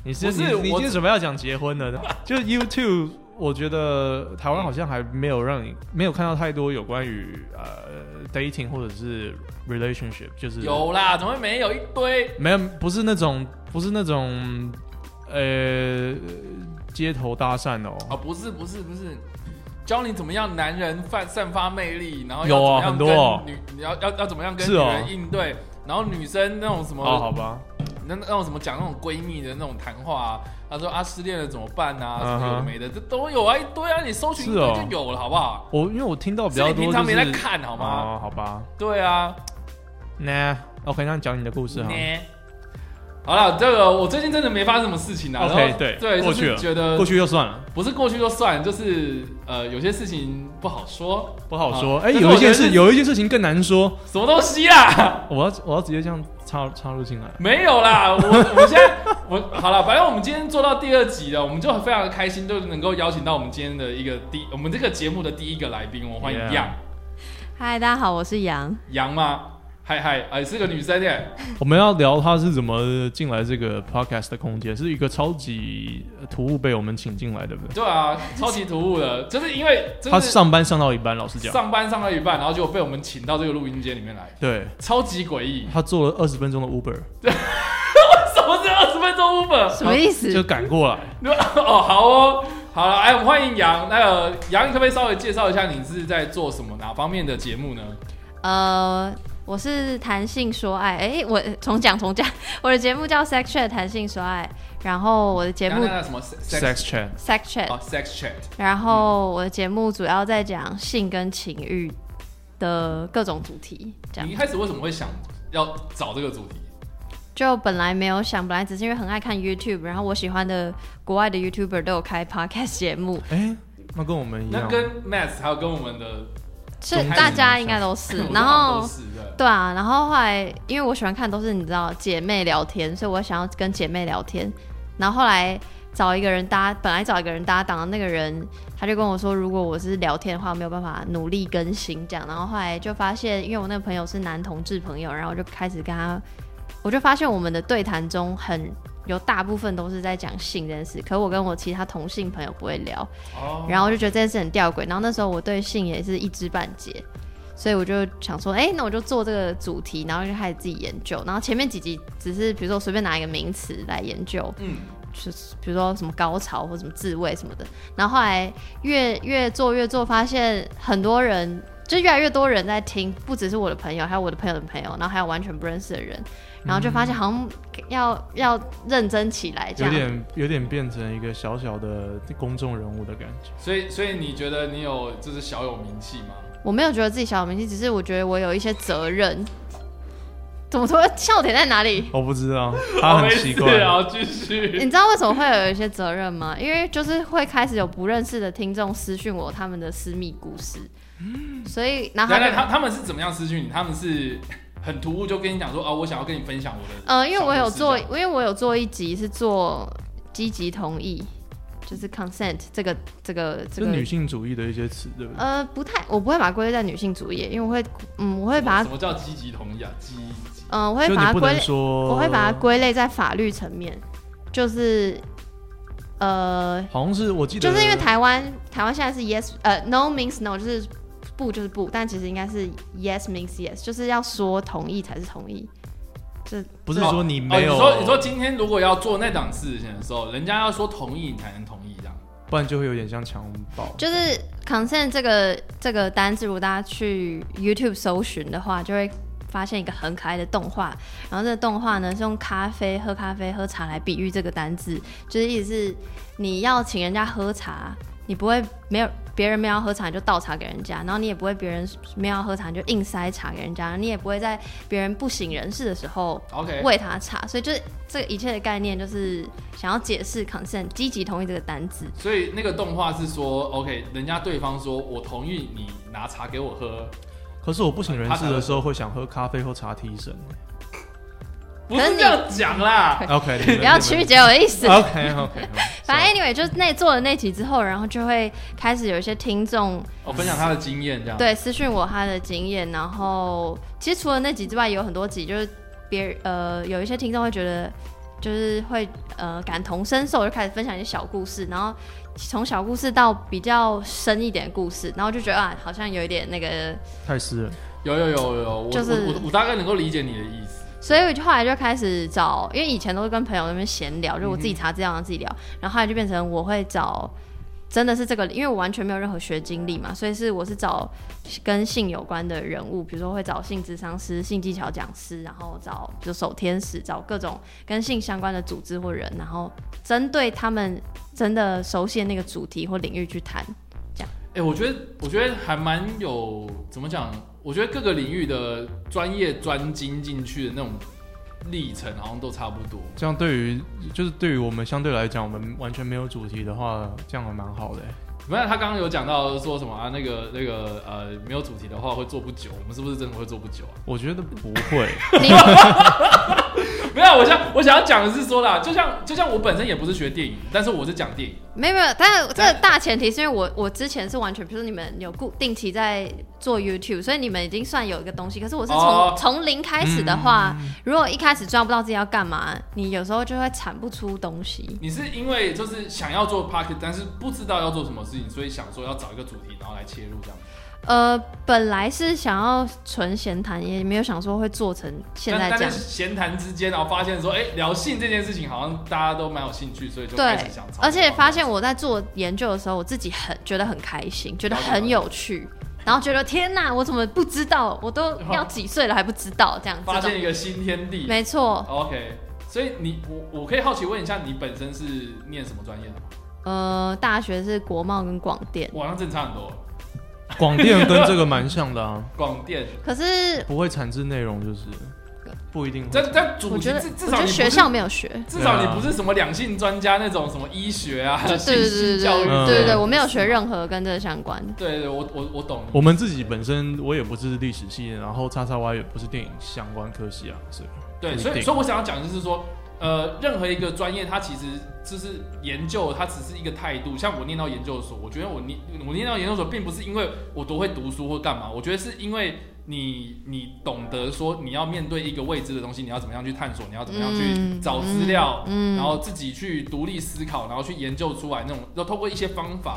E: 你是
D: 不是
E: 你你
D: 我
E: 今天准备要讲结婚了 的？就是 YouTube，我觉得台湾好像还没有让你没有看到太多有关于呃 dating 或者是 relationship，就是
D: 有啦，怎么会没有一堆？
E: 没有不是那种不是那种呃街头搭讪哦，
D: 啊，不是不是不是，教你怎么样男人散散发魅力，然后
E: 有啊
D: 要怎
E: 很多
D: 么样跟
E: 哦
D: 女你要要要怎么样跟
E: 是
D: 女
E: 哦
D: 人应对，然后女生那种什么
E: 哦好吧，
D: 那那种什么讲那种闺蜜的那种谈话啊，她说啊失恋了怎么办啊，什么有
E: 嗯
D: 的
E: 哼
D: 没的，这都有啊一堆啊，你搜寻一
E: 是
D: 堆
E: 哦
D: 就有了，好不好？
E: 我因为我听到比
D: 所以
E: 较
D: 你平
E: 多就
D: 常
E: 是啊
D: 没在看好吗？
E: 哦好吧，
D: 对啊，
E: 那 OK 那讲你的故事哈，
D: 呢。好了，这个我最近真的没发生什么事情啊。
E: OK，
D: 然后
E: 对
D: 对，
E: 过
D: 就是
E: 去了
D: 觉得
E: 过去就算了。
D: 不是过去就算，就是呃，有些事情不好说，
E: 不好说。
D: 啊
E: 哎、
D: 但是
E: 有一
D: 我觉
E: 件
D: 得
E: 事，
D: 是
E: 有一件事情更难说。
D: 什么东西啦？啊
E: 我要我要直接这样插插入进来。
D: 没有啦，我我们现在我好了，反正我们今天做到第二集了，我们就非常的开心，就能够邀请到我们今天的一个第我们这个节目的第一个来宾，我们欢迎
E: Yeah
D: 杨
B: 嗨，大家好，我是杨。
D: 杨吗？嗨嗨，哎、是个女生耶，
E: 我们要聊他是怎么进来这个 podcast 的空间，是一个超级呃突兀被我们请进来，对不对？
D: 对啊， 超级突兀的，就是因为真
E: 他
D: 的是
E: 上班上到一半，老实讲，
D: 上班上到一啊半，然后就被我们请到这个录音间里面来，
E: 对
D: 超级诡异，
E: 他做了二十分钟的 Uber，
D: 什么是二十分钟 Uber？
B: 什么意思？
E: 就赶过来。
D: 哦，好哦，好了，哎，我们欢迎杨，那个杨，你可不可以稍微介绍一下你是在做什么哪方面的节目呢？
B: 呃，我是弹性说爱。哎、我重讲重讲，我的节目叫 Sex Chat 弹性说爱，然后我的节目
D: 那那什么 sex
E: Sex Chat，
B: Sex Chat，、
D: 哦 sex chat。
B: 然后我的节目主要在讲性跟情欲的各种主题，这样
D: 你一。开始为什么会想要找这个主题？
B: 就本来没有想，本来只是因为很爱看 YouTube，然后我喜欢的国外的 YouTuber 都有开 podcast 节目，
E: 哎，那跟我们一
D: 那
E: 样，
D: 跟 Max 还有跟我们的，
B: 是
E: 中间
B: 大家应该 都
D: 我
B: 是
D: 觉。得
B: 然
D: 好像
B: 后
D: 都是对
B: 对啊，然后后来因为我喜欢看都是你知道姐妹聊天，所以我想要跟姐妹聊天。然后后来找一个人搭，本来找一个人搭档，那个人他就跟我说，如果我是聊天的话，没有办法努力更新这样。然后后来就发现，因为我那个朋友是男同志朋友，然后我就开始跟他，我就发现我们的对谈中很有大部分都是在讲性这件事，可我跟我其他同性朋友不会聊。
D: 哦，
B: 然后我就觉得这件事很吊诡。然后那时候我对性也是一知半解，所以我就想说，哎、那我就做这个主题，然后就开始自己研究。然后前面几集只是比如说我随便拿一个名词来研究，
D: 嗯，
B: 就是比如说什么高潮或什么自慰什么的。然后后来越越做越做，发现很多人。就越来越多人在听，不只是我的朋友，还有我的朋友的朋友，然后还有完全不认识的人，然后就发现好像要、要认真起来这
E: 有
B: 样。
E: 点有点变成一个小小的公众人物的感 觉。
D: 所以所以你觉得你有就是小有名气吗？
B: 我没有觉得自己小有名气，只是我觉得我有一些责任。怎么说？笑点在 哪里？
E: 我不知道，他很奇怪。
D: 然后啊继
B: 你
D: 续。
B: 知道为什么会有一些责任吗？因为就是会开始有不认识的听众私讯我他们的私密故事，
E: 嗯
B: 所以 然后
D: 来
B: 他
D: 来，
B: 就
D: 他他们是怎么样失去你？他们是很突兀就跟你讲说啊，我想要跟你分享我的小故事这样。
B: 呃，因为我有做，因为我有做一集是做积极同意，就是 consent 这个这个这
E: 是
B: 个
E: 女性主义的一些词，对不对？
B: 呃不太，我不会把它归类在女性主义，因为我会嗯我会把它
D: 什么叫积极同意啊？积极
B: 嗯、我会
E: 就
B: 把
E: 你
B: 它
E: 不
B: 归
E: 能
B: 类
E: 说，
B: 我会把
E: 哦
B: 它归类在法律层面，就是呃，
E: 好像是我记得，
B: 就是因为台湾台湾现在是 yes 呃 no means no，就是不就是不，但其实应该是 yes means yes，就是要说同意才是同意。这
E: 不是说你没
D: 哦
E: 有，
D: 你说你说今天如果要做那档事情的时候，人家要说同意你才能同意这样。
E: 不然就会有点像强暴。
B: 就是 consent 这个这个单字，如果大家去 YouTube 搜寻的话，就会发现一个很可爱的动画。然后这个动画呢是用咖啡、喝咖啡、喝茶来比喻这个单字，就是意思是你要请人家喝茶，你不会没有别人没有要喝茶你就倒茶给人家，然后你也不会别人没有要喝茶你就硬塞茶给人家，你也不会在别人不省人事的时候
D: OK，
B: 喂他茶。所以就是这个一切的概念就是想要解释 consent 积极同意这个单字。
D: 所以那个动画是说，OK，人家对方说我同意你拿茶给我喝，
E: 可是我不省人事的时候，会想喝咖啡或茶提神。
D: 不是这样讲啦。
E: OK，你们
B: 不 要曲。解我的意思。
E: OK OK，
B: 反
E: 啊
B: 正 anyway，就是那做了那集之后，然后就会开始有一些听众
D: 我、哦分享他的经验这样。，
B: 对私讯我他的经验，然后其实除了那集之外，有很多集就是别呃有一些听众会觉得就是会呃感同身受，就开始分享一些小故事，然后从小故事到比较深一点的故事，然后就觉得啊好像有一点那个，
E: 太私人。
D: 有有有有，我
B: 就是
D: 我我我大概能够理解你的意思。
B: 所以我就后来就开始找，因为以前都是跟朋友那边闲聊，就我自己查资料然后啊自己聊，然后后来就变成我会找，真的是这个，因为我完全没有任何学经历嘛，所以是我是找跟性有关的人物，比如说会找性智商师、性技巧讲师，然后找比如守天使，找各种跟性相关的组织或人，然后针对他们真的熟悉的那个主题或领域去谈。
D: 哎、我觉得我觉得还蛮有怎么讲？我觉得各个领域的专业专精进去的那种历程，好像都差不多。
E: 这样对于就是对于我们相对来讲，我们完全没有主题的话，这样还蛮好的。欸
D: 没有，他刚刚有讲到说什么啊？那个那个呃，没有主题的话会做不久，我们是不是真的会做不久啊？
E: 我觉得不会，
B: 你
D: 没有，我想我想要讲的是说啦，就像就像我本身也不是学电影，但是我是讲电影，
B: 没有没有，但是这个大前提是因为我我之前是完全，比如说你们有固定期在做 YouTube，所以你们已经算有一个东西。可是我是
D: 哦嗯
B: 从从、零开始的话，
E: 嗯
B: 如果一开始抓不到自己要干嘛，你有时候就会产不出东西。
D: 你是因为就是想要做 pocket，但是不知道要做什么事情，所以想说要找一个主题，然后来切入这样。
B: 呃，本来是想要纯闲谈，也没有想说会做成现在
D: 但
B: 这
D: 但
B: 样
D: 是。闲谈之间，然后发现说，哎、聊性这件事情好像大家都蛮有兴趣，所以就开
B: 对
D: 始想朝这个方向。，
B: 而且发现我在做研究的时候，我自己很觉得很开心，觉得很有趣，
D: 哦
B: 然后觉得天哪，我怎么不知道？我都要几岁了还不知道这样
D: 发
B: 子。
D: 现一个新天地。
B: 没错，
D: OK，所以你我我可以好奇问一下，你本身是念什么专业的吗？
B: 呃，大学是国贸跟广电，
D: 我好像正差很多，
E: 广电跟这个蛮像的啊，
D: 广电。
B: 可是
E: 不会产制内容就是不一定会。
D: 但但主
B: 我
D: 题
B: 觉得
D: 至，至
B: 我
D: 少
B: 觉
D: 你
B: 得
D: 不
B: 学
D: 是
B: 校没有学，
D: 至少你不是什么两性专家那种什么医学啊、
B: 对
D: 性
B: 对
D: 性
B: 对对
D: 教育
E: 嗯
B: 对
D: 之类
B: 对
D: 的
B: 对，我没有学任何跟这个相关的。
D: 对对，对我我我懂
E: 我们自己本身我也不是历史系，然后叉叉 Y 也不是电影相关科系啊，所以
D: 对，
E: 不一
D: 所以
E: 定
D: 所以我想要讲的就是说，呃，任何一个专业，它其实就是研究，它只是一个态度。像我念到研究所，我觉得我念我念到研究所，并不是因为我多会读书或干嘛，我觉得是因为你你懂得说你要面对一个未知的东西，你要怎么样去探索，你要怎么样去
B: 嗯
D: 找资料，
B: 嗯嗯
D: 然后自己去独立思考，然后去研究出来那种，要透过一些方法。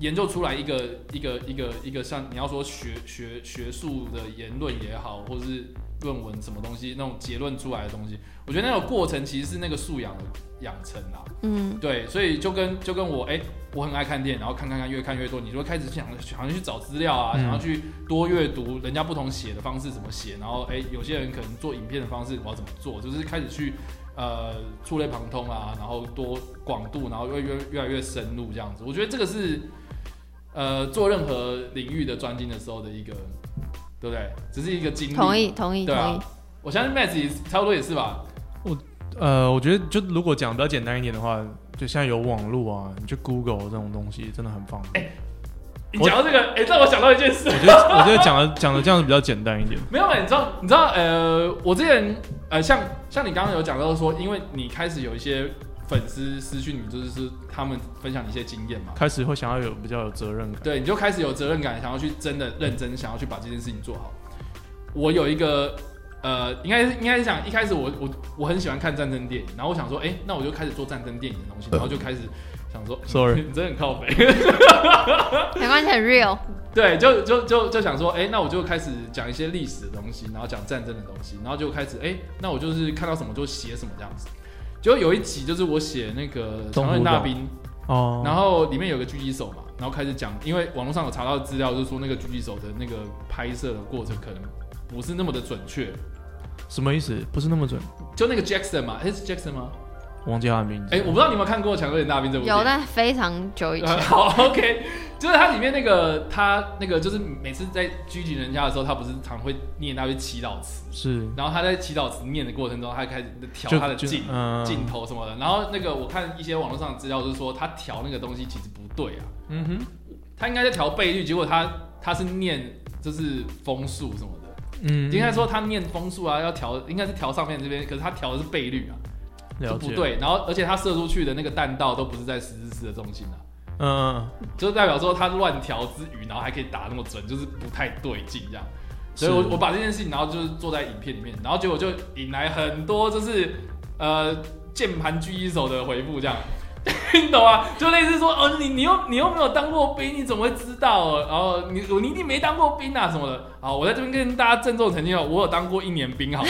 D: 研究出来一个一个一个一个像你要说学学学术的言论也好，或是论文什么东西那种结论出来的东西，我觉得那种过程其实是那个素养的养成啊啦。
B: 嗯，
D: 对，所以就跟就跟我哎、我很爱看电影，然后看看看越看越多，你就会开始想想要去找资料啊，
E: 嗯
D: 想要去多阅读人家不同写的方式怎么写，然后哎、有些人可能做影片的方式我要怎么做，就是开始去呃触类旁通啊，然后多广度，然后越越越来越深入这样子。我觉得这个是呃做任何领域的专精的时候的一个，对不对？只是一个经历。
B: 同意。同意
D: 对
B: 同
D: 啊
B: 意。
D: 我相信 Max 也是差不多也是吧。
E: 呃，我觉得就如果讲比较简单一点的话，就现在有网络啊，你去 Google 这种东西真的很方
D: 哎
E: 便。
D: 你
E: 我
D: 讲到这个，哎、让我想到一件事。
E: 我觉得我觉得讲的讲的这样子比较简单一点。
D: 没有啊嘛？你知道，你知道，呃，我之前，呃，像像你刚刚有讲到说，因为你开始有一些粉丝私讯你，就是是他们分享你一些经验嘛，
E: 开始会想要有比较有责任感。
D: 对，你就开始有责任感，想要去真的认真，想要去把这件事情做好。我有一个，呃，应该是应该是想一开始我我我很喜欢看战争电影，然后我想说，哎、那我就开始做战争电影的东西，然后就开始想说
E: Sorry
D: 你真的很靠北。
B: 没关系，很 real。
D: 对，就就就就想说，哎、那我就开始讲一些历史的东西，然后讲战争的东西，然后就开始，哎、那我就是看到什么就写什么这样子。就有一集就是我写那个长
E: 东湖
D: 恨大
E: 岛
D: 兵，
E: 哦，
D: 然后里面有个狙击手嘛，然后开始讲，因为网络上有查到资料，就是说那个狙击手的那个拍摄的过程可能不是那么的准确。
E: 什么意思？不是那么准，
D: 就那个 Jackson 嘛，诶是 Jackson 吗？
E: 忘记他的名字。
D: 哎、我不知道你有没有看过《强哥点大兵》这部电影
B: 有，但非常久以
D: 呃
B: 前。
D: 好，OK，就是它里面那个他那个就是每次在拘禁人家的时候，他不是常会念那些祈祷词，
E: 是
D: 然后他在祈祷词念的过程中，他开始调
E: 就
D: 他的
E: 就
D: 镜
E: 嗯
D: 镜头什么的。然后那个我看一些网络上的资料，就是说他调那个东西其实不对啊，
E: 嗯哼，
D: 他应该在调倍率，结果他他是念就是风速什么的。
E: 嗯
D: 应该说他念风速啊，要调应该是调上面这边，可是他调的是倍率啊，就
E: 了解
D: 不，对。然后而且他射出去的那个弹道都不是在十四四的中心啊。
E: 嗯嗯，嗯
D: 就代表说他乱调之余，然后还可以打那么准，就是不太对劲这样。所以我
E: 是
D: 我把这件事情，然后就是做在影片里面，然后结果就引来很多就是呃键盘狙击手的回复这样。 你懂啊？就类似说，哦，你你又你又没有当过兵，你怎么会知道哦？然后你你一定没当过兵啊什么的。好，我在这边跟大家郑重澄清哦，我有当过一年兵， 好吗？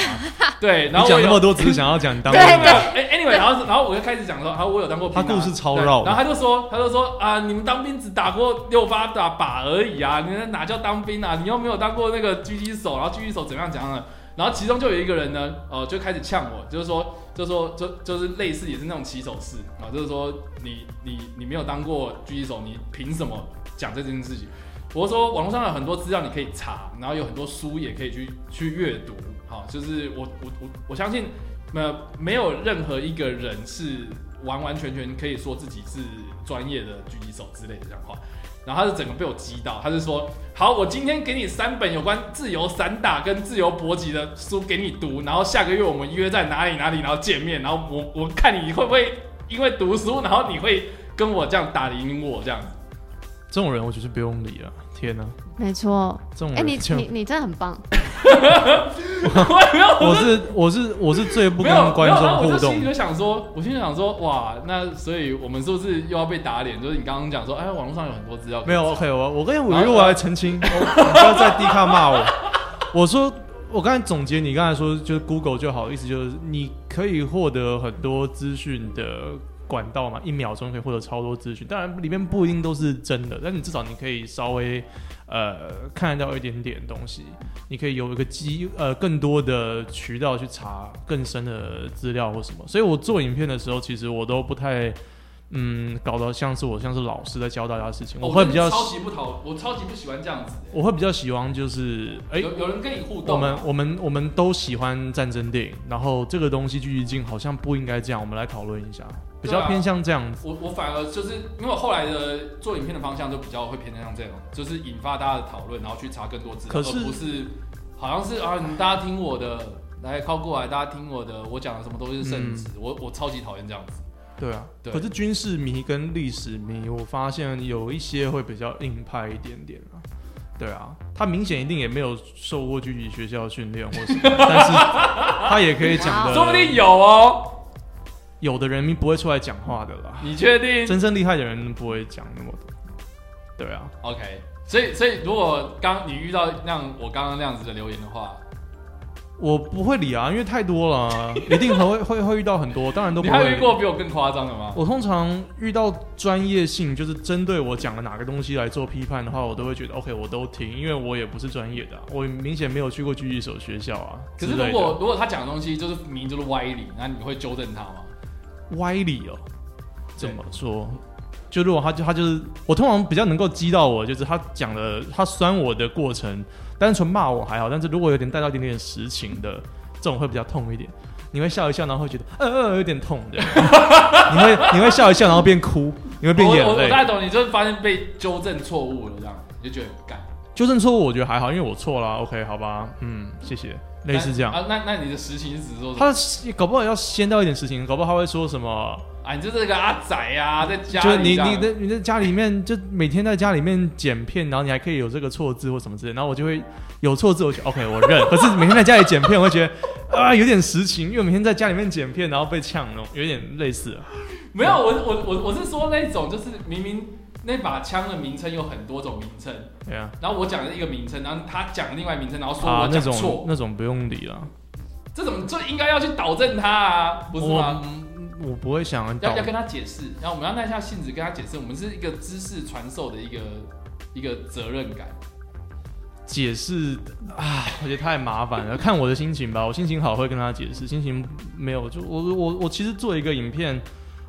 D: 对，然
E: 你
D: 后我
E: 讲那
D: 有
E: 么多，只是想要 讲你当
D: 没有
E: 兵
D: 没有哎，anyway，然后然后我就开始讲说，啊，我有当过兵啊、
E: 他故事超绕
D: 对然后他就说，他就说啊，你们当兵只打过六八打靶而已啊，你那哪叫当兵啊？你又没有当过那个狙击手，然后狙击手怎么样怎样的。然后其中就有一个人呢，呃，就开始呛我，就是说，就是说，就就是类似也是那种起手式啊，就是说你你你没有当过狙击手，你凭什么讲这件事情？我是说网络上有很多资料你可以查，然后有很多书也可以去去阅读，好，就是我我我我相信那没有任何一个人是完完全全可以说自己是专业的狙击手之类的这样话。然后他是整个被我击到，他是说：“好，我今天给你三本有关自由散打跟自由搏击的书给你读，然后下个月我们约在哪里哪里，然后见面，然后我我看你会不会因为读书，然后你会跟我这样打赢我这样子。”
E: 这种人我觉得不用理了。天哪、
B: 没错。
E: 这种
D: 嗯
B: 哎、
E: 人
B: 你
E: 就
B: 你你真的很棒，
D: 我也没有，
E: 我是我是我是最不
D: 没
E: 跟
D: 有
E: 观
D: 没有然
E: 众
D: 后我
E: 互
D: 就心
E: 动
D: 里就想说，我心里想说，哇，那所以我们是不是又要被打脸？就是你刚刚讲说，哎，网络上有很多资料可以
E: 没有
D: 查，
E: OK，我我跟我
D: 然后呃
E: 因为我来澄清，我你不要在 D 卡骂我。我说我刚才总结你刚才说就是 Google 就好，意思就是你可以获得很多资讯的管道嘛，一秒钟可以获得超多资讯，当然里面不一定都是真的，但你至少你可以稍微呃看得到一点点东西，你可以有一个机呃更多的渠道去查更深的资料或什么。所以我做影片的时候，其实我都不太。嗯，搞得像是我像是老师在教大家的事情，
D: 哦
E: 我会比较
D: 真的超级不讨，我超级不喜欢这样子。
E: 我会比较喜欢就是，哎、
D: 有有人跟你互动，啊
E: 我们我们我们都喜欢战争电影，然后这个东西聚一镜好像不应该这样，我们来讨论一下，比
D: 对
E: 较
D: 啊
E: 偏向这样子。
D: 我我反而就是因为我后来的做影片的方向就比较会偏向这种，就是引发大家的讨论，然后去查更多资料，
E: 可是
D: 而不是好像是啊，你大家听我的，来靠过来，大家听我的，我讲的什么都是
E: 嗯
D: 圣旨，我我超级讨厌这样子。
E: 对啊，
D: 对
E: 可是军事迷跟历史迷，我发现有一些会比较硬派一点点啊。对啊，他明显一定也没有受过狙击学校训练或 什么，但是他也可以讲的，
D: 说不定有哦，
E: 有的人不会出来讲话的啦，
D: 你确定？
E: 真正厉害的人不会讲那么多。对啊，
D: OK，所以所以如果刚你遇到让我刚刚那样子的留言的话，
E: 我不会理啊，因为太多了啊，一定还会会会遇到很多，当然都
D: 你
E: 不
D: 还
E: 会。啊
D: 有遇过比我更夸张的吗？
E: 我通常遇到专业性，就是针对我讲的哪个东西来做批判的话，我都会觉得 OK，我都听，因为我也不是专业的啊、我明显没有去过狙击手学校啊。
D: 可是
E: 之
D: 如
E: 类的
D: 果如果他讲的东西就是明明就是歪理，那你会纠正他吗？
E: 歪理哦，怎
D: 对
E: 么说？就如果他就他就是我通常比较能够激到我，就是他讲的他酸我的过程，单纯骂我还好，但是如果有点带到一点点实情的，这种会比较痛一点。你会笑一笑，然后会觉得呃呃有点痛的，你会你会笑一笑，然后变哭，你会变
D: 我
E: 眼
D: 我我
E: 泪。
D: 大概懂，你就是发现被纠正错误了，这样你就觉得干。
E: 纠正错误我觉得还好，因为我错了，OK 好吧，嗯，谢谢，类似这样。
D: 啊？那那你的实情是指说什么？
E: 他搞不好要先到一点实情，搞不好他会说什么
D: 啊，你就是个阿仔啊，在家
E: 就是
D: 里
E: 你
D: 这样
E: 你在你在家里面，就每天在家里面剪片，然后你还可以有这个错字或什么之类，然后我就会有错字，我就 OK 我认。可是每天在家里剪片，我会觉得啊有点实情，因为我每天在家里面剪片，然后被呛那种，有点类似啊。
D: 没有，我我我我是说那种就是明明那把枪的名称有很多种名称，
E: 对啊，
D: 然后我讲了一个名称，然后他讲另外名称，然后说
E: 啊
D: 我
E: 那
D: 讲
E: 种
D: 错，
E: 那种不用理了，
D: 这种就应该要去导正他啊，不是吗？
E: 我我不会想到
D: 要要跟他解释，然后我们要耐下性子跟他解释，我们是一个知识传授的一个一个责任感。
E: 解释啊，我觉得太麻烦了。看我的心情吧，我心情好会跟他解释，心情没有就我我我其实做一个影片，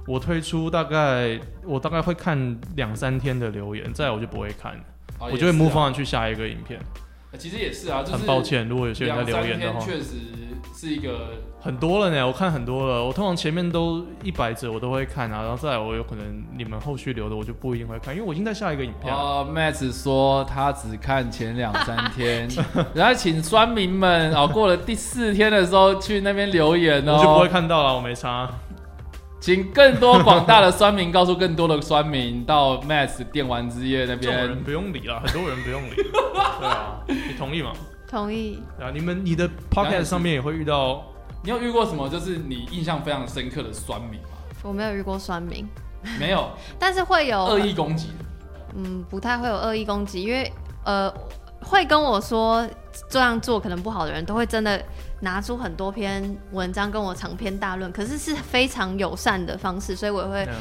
E: 我推出大概我大概会看两三天的留言，再来我就不会看，
D: 啊
E: 我就会 move、
D: 也是
E: on 去下一个影片。
D: 啊其实也是啊，就是
E: 很抱歉，如果有些人在
D: 两
E: 留
D: 三
E: 言的
D: 天
E: 话，
D: 确实是一个
E: 很多了呢，我看很多了。我通常前面都一百则我都会看啊，然后再来我有可能你们后续留的我就不一定会看，因为我已经在下一个影片了。
D: 哦 m a t 说他只看前两三 天，然后请酸民们哦，过了第四天的时候去那边留言
E: 我就不会
D: 哦，
E: 看到了，我没差。
D: 请更多广大的酸民告诉更多的酸民到 m a t 电玩之夜那
E: 这种
D: 边
E: 人不用理了，很多人不用理。对啊，你同意吗？
B: 同意。
E: 啊，你们你的
D: 当然
E: podcast
D: 是
E: 上面也会遇到，
D: 你有遇过什么就是你印象非常深刻的酸民吗？
B: 我没有遇过酸民，
D: 没有，
B: 但是会有
D: 恶意攻击。
B: 嗯，不太会有恶意攻击，因为呃，会跟我说这样做可能不好的人，都会真的拿出很多篇文章跟我长篇大论，可是是非常友善的方式，所以我也会
E: 嗯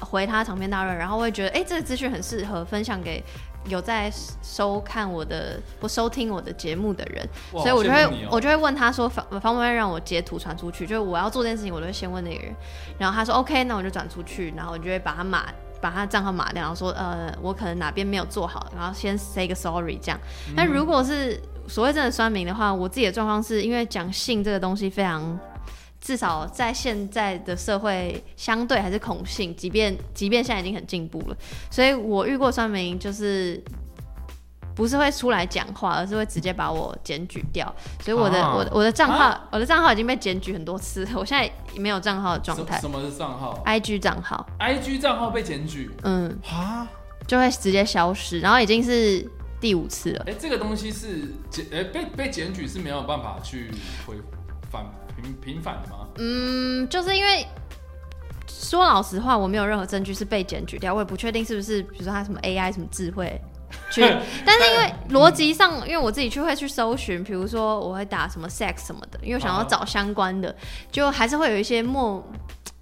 B: 回他长篇大论，然后会觉得哎、诶这个资讯很适合分享给有在收看我的或收听我的节目的人，
D: 哇
B: 所以我就会、
D: 好羡慕你哦
B: 我就会问他说方方不方便让我截图传出去，就是我要做这件事情，我都会先问那个人，然后他说 OK，那我就转出去，然后我就会把他码把他账号码掉，然后说呃我可能哪边没有做好，然后先 say 个 sorry 这样。但
D: 嗯
B: 如果是所谓真的酸民的话，我自己的状况是因为讲性这个东西非常至少在现在的社会，相对还是恐性，即便即便现在已经很进步了，所以我遇过酸民就是不是会出来讲话，而是会直接把我检举掉，所以我的、
E: 啊
B: 我的我的账号、我的账号已经被检举很多次，我现在没有账号的状态
D: 什什么是账号
B: ，IG 账号，
D: ？IG 账号被检举
B: 嗯，
D: 啊？
B: 就会直接消失，然后已经是第五次了。
D: 哎、这个东西是检哎、被被检举是没有办法去回反平平反的吗？
B: 嗯，就是因为说老实话，我没有任何证据是被检举掉，我也不确定是不是，比如说他什么 AI 什么智慧。去，但是因为逻辑上，因为我自己去会去搜寻，比如说我会打什么 sex 什么的，因为我想要
D: 啊
B: 找相关的，就还是会有一些莫，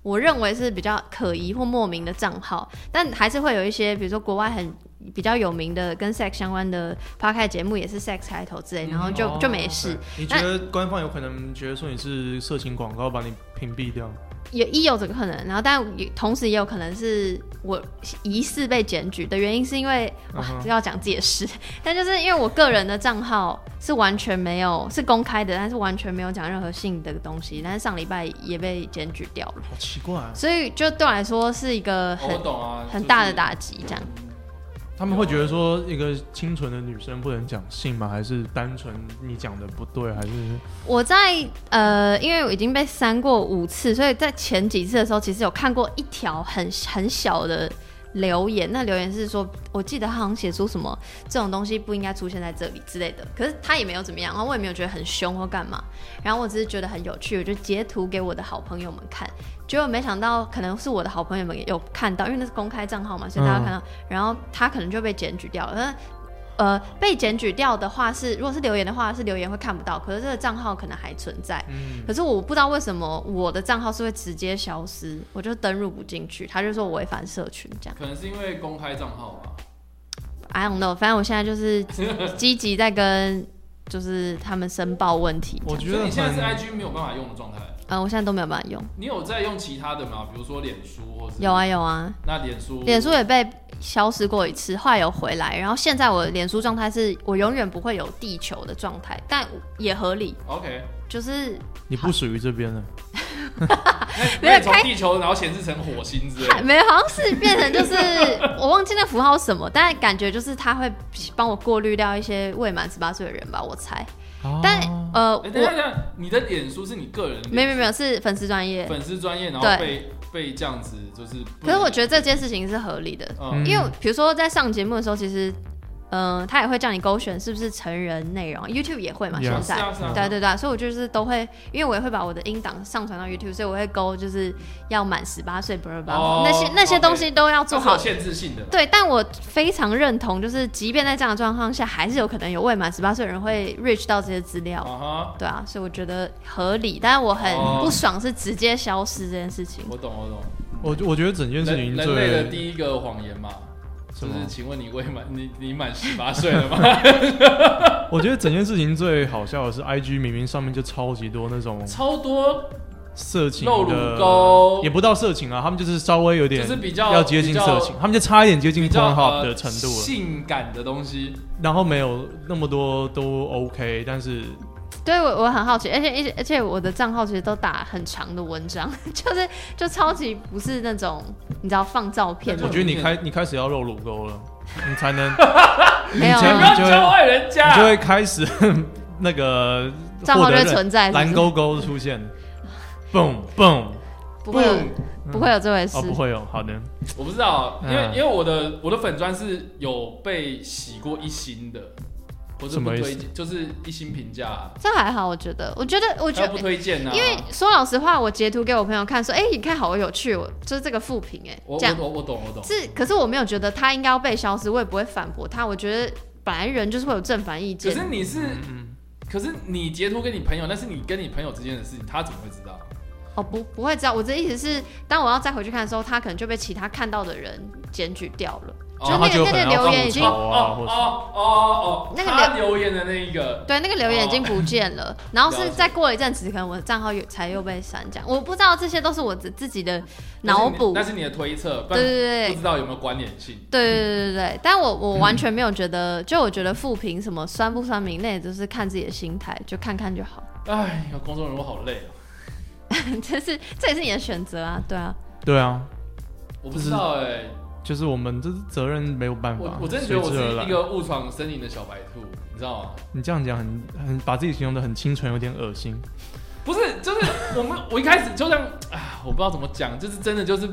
B: 我认为是比较可疑或莫名的账号，但还是会有一些，比如说国外很比较有名的跟 sex 相关的 p o d 节目，也是 sex 开头之类，然后就、就没事。
E: 哦你觉得官方有可能觉得说你是色情广告，把你屏蔽掉？
B: 也也有这个可能，然后但也同时也有可能是我疑似被检举的原因，是因为哇
E: 嗯哼，
B: 这要讲自己的事， 但就是因为我个人的账号是完全没有是公开的，但是完全没有讲任何性的东西，但是上礼拜也被检举掉了，
E: 好奇怪啊！
B: 所以就对我来说是一个
D: 哦
B: 很、
D: 我懂啊，
B: 很大
D: 就
B: 的
D: 是
B: 打击，这样
E: 他们会觉得说一个清纯的女生不能讲性吗？还是单纯你讲的不对？还是
B: 我在呃，因为我已经被删过五次，所以在前几次的时候，其实有看过一条很很小的留言。那留言是说，我记得他好像写出什么这种东西不应该出现在这里之类的。可是他也没有怎么样，然后我也没有觉得很凶或干嘛。然后我只是觉得很有趣，我就截图给我的好朋友们看。结果没想到，可能是我的好朋友们也有看到，因为那是公开账号嘛，所以大家看到，然后他可能就被检举掉了。但呃，被检举掉的话是，如果是留言的话是留言会看不到，可是这个账号可能还存在。
E: 嗯，
B: 可是我不知道为什么我的账号是会直接消失，我就登入不进去，他就说我违反社群这样。
D: 可能是因为公开账号啊吧。
B: I don't know，反正我现在就是积极在跟就是他们申报问题这
E: 我
B: 样。
E: 觉
D: 所以
E: 得
D: 你现在是
E: 很
D: IG 没有办法用的状态，
B: 呃，我现在都没有办法用。
D: 你有在用其他的吗？比如说脸书或是
B: 有啊，有啊，
D: 那脸书
B: 脸书也被消失过一次，后来有回来。然后现在我的脸书状态是我永远不会有地球的状态，但也合理，
D: OK，
B: 就是
E: 你不属于这边的，
B: 没有
D: 那你从
B: 开
D: 地球然后显示成火星之类
B: 还
D: 的，
B: 没有，好像是变成就是我忘记那符号是什么，但感觉就是他会帮我过滤掉一些未满十八岁的人吧，我猜。但
E: 啊
B: 呃，
D: 哎、等一下
B: 我
D: 等一下，你的脸书是你个人脸书
B: 没有没有没有是粉丝专业，
D: 粉嗯丝专业，然后
B: 对
D: 被被这样子就是不能，
B: 可是我觉得这件事情是合理的，
D: 嗯
B: 因为比如说在上节目的时候，其实嗯、呃他也会叫你勾选是不是成人内容，YouTube 也会嘛
E: Yeah
B: 现
D: 是
B: 在。
D: 啊是啊，
B: 对对对，所以我就是都会，因为我也会把我的音档上传到 YouTube，所以我会勾就是要满十八岁，不是吧？
D: 哦
B: 那些那些
D: OK
B: 东西都要做
D: 做
B: 好
D: 好限制性的啦。
B: 对，但我非常认同，就是即便在这样的状况下，还是有可能有未满十八岁的人会 reach 到这些资料。
D: 啊哈，
B: 对啊，所以我觉得合理，但是我很
D: 哦
B: 不爽是直接消失这件事情。
D: 我懂我懂，
E: 我我觉得整件事
D: 人
E: 情
D: 人类的
E: 最
D: 第一个谎言嘛，
E: 什
D: 就
E: 么
D: 是请问你未满你你满十八岁了 吗？
E: 我觉得整件事情最好笑的是，IG 明明上面就超级多那种
D: 超多
E: 色情
D: 露乳
E: 的
D: 沟
E: 也不到色情啊，他们就是稍微有点
D: 就是比较
E: 要接近色情，他们就差一点接近
D: 比
E: p o
D: 较
E: n h u
D: 呃
E: b 的程度了，
D: 性感的东西，
E: 然后没有那么多都 OK，但是
B: 对我我很好奇，而且而且而且我的账号其实都打很长的文章， 就是就超级不是那种你知道放照片
D: 那
E: 我
B: 的
D: 就，
E: 觉得你开你开始要露乳沟了，你 才能你
B: 没有
E: 才
D: 不
B: 啊
D: 要
E: 你就
D: 教
E: 会
D: 坏人
E: 你就
D: 家。
E: 会开始 那个
B: 账号
E: 获
B: 就
E: 得
B: 会
E: 认
B: 存在，
E: 蓝
B: 是不
E: 勾
B: 是
E: 勾出现，蹦蹦
B: 不会有
E: 嗯
B: 不会有这回事
E: 哦，不会有，好的，
D: 我不知道，因为
E: 嗯
D: 因为我的我的粉砖是有被洗过一星的，或者
E: 什
D: 不
E: 么意思
D: 推荐，就是一星评价啊，
B: 这还好，我觉得，我觉得我觉
D: 他
B: 得
D: 不推荐啊。
B: 因为说老实话，我截图给我朋友看，说：“哎、你看好有趣，哦，就是这个副评，哎，
D: 我
B: 这样
D: 我我我懂我懂，
B: 是。可是我没有觉得他应该要被消失，我也不会反驳他。我觉得本来人就是会有正反意
D: 可
B: 见，
D: 是你是
E: 嗯嗯。
D: 可是你截图给你朋友，但是你跟你朋友之间的事情，他怎么会知道？
B: 哦不不会知道。我的意思是，当我要再回去看的时候，他可能就被其他看到的人检举掉了。
E: 然后他
B: 那个
E: 就
B: 那
E: 可
B: 个
E: 能要
B: 留言
E: 放
B: 已经
E: 丑啊，或
D: 哦
E: 者
D: 哦哦哦，
B: 那个
D: 他留言的那一个，
B: 对，那个留言已经不见
D: 哦
B: 了。然后是
D: 了解
B: 再过一阵子，可能我的账号又才又被删这样。我不知道这些都是我自自己的脑补
D: 那。是你的推测，不
B: 对对
D: 然
B: 对
D: 不知道有没有关联性。
B: 对对对对对，但我我完全没有觉得，就我觉得复评什么酸不酸民，那也就是看自己的心态，就看看就好。
D: 哎，工作人物好累哦。
B: 这是这也是你的选择啊，对啊，
E: 对啊，
D: 我不知道哎、
E: 就是我们这是责任没有办法
D: 我，我真的觉
E: 随
D: 得我
E: 之而
D: 是
E: 来
D: 一。个误闯森林的小白兔，你知道吗？
E: 你这样讲很很把自己形容的很清纯，有点恶心。
D: 不是，就是我们我一开始就像啊，我不知道怎么讲，就是真的就是，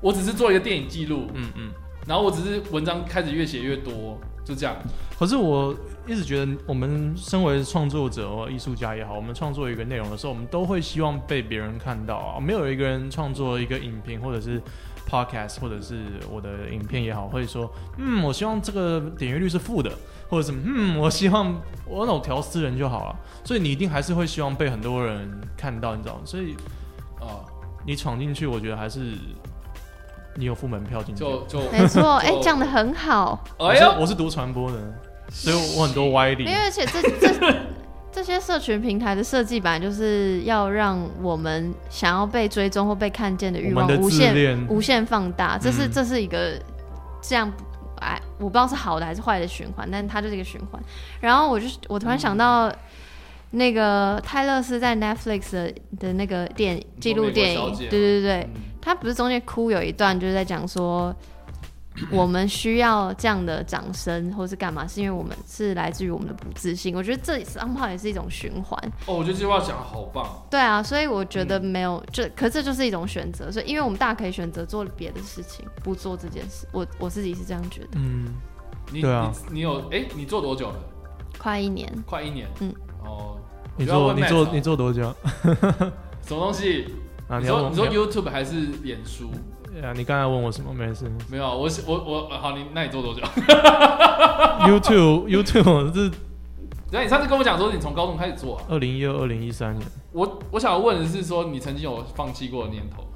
D: 我只是做一个电影记录，
E: 嗯嗯。
D: 然后我只是文章开始越写越多，就这样。
E: 可是我一直觉得，我们身为创作者或艺术家也好，我们创作一个内容的时候，我们都会希望被别人看到啊。没有一个人创作一个影评或者是 podcast 或者是嗯我的影片也好，会说，嗯，我希望这个点阅率是负的，或者什么，嗯，我希望我那我调私人就好了。所以你一定还是会希望被很多人看到，你知道吗？所以
D: 啊、
E: 你闯进去，我觉得还是你有付门票进去。
D: 就就
B: 没错， 哎、
D: 就
B: 讲的很好，
E: 我
D: 哎
E: 是
D: 呦，
E: 我是读传播的，所以我很多歪理
B: 因。为而且这这这些社群平台的设计本来就是要让我们想要被追踪或被看见的欲
E: 我
B: 望
E: 们的
B: 无
E: 自恋
B: 限无限放大，这是、
E: 嗯
B: 这是一个这样。哎，我不知道是好的还是坏的循环，但它就是一个循环。然后我就我突然
E: 嗯
B: 想到，那个泰勒斯在 Netflix 的的那个电纪录电
D: 美国
B: 影
D: 小，姐
B: 对
D: 吗
B: 对对对，
D: 嗯
B: 他不是中间哭有一段，就是在讲 说，我们需要这样的掌声或是干嘛，是因为我们是来自于我们的不自信。我觉得这 somehow 也是一种循环，
D: 哦，我觉得这句话讲的好棒，
B: 对啊，所以我觉得没有，这可是这就是一种选择，所以因为我们大可以选择做别的事情，不做这件事。我我自己是这样觉得，
E: 嗯，
D: 你
E: 对啊
D: 你你有哎、你做多久了？
B: 快一年。
D: 快一年，
B: 嗯，
D: 哦，
E: 你
D: 不要
E: 做
D: 问
E: 你
D: Max
E: 做
D: 啊
E: 你做多久？
D: 什么东西？
E: 啊，
D: 你
E: 要
D: 说
E: 问
D: 你说
E: 要
D: YouTube 还是脸书？
E: 啊，你刚才问我什么？没 事。
D: 没有啊，我是我我好，你那你做多久？
E: YouTube YouTube 是
D: 然后你上次跟我讲说你从高中开始做啊，
E: 二零一二、二零一三年，
D: 我我想要问的是说你曾经有放弃过的念头吗？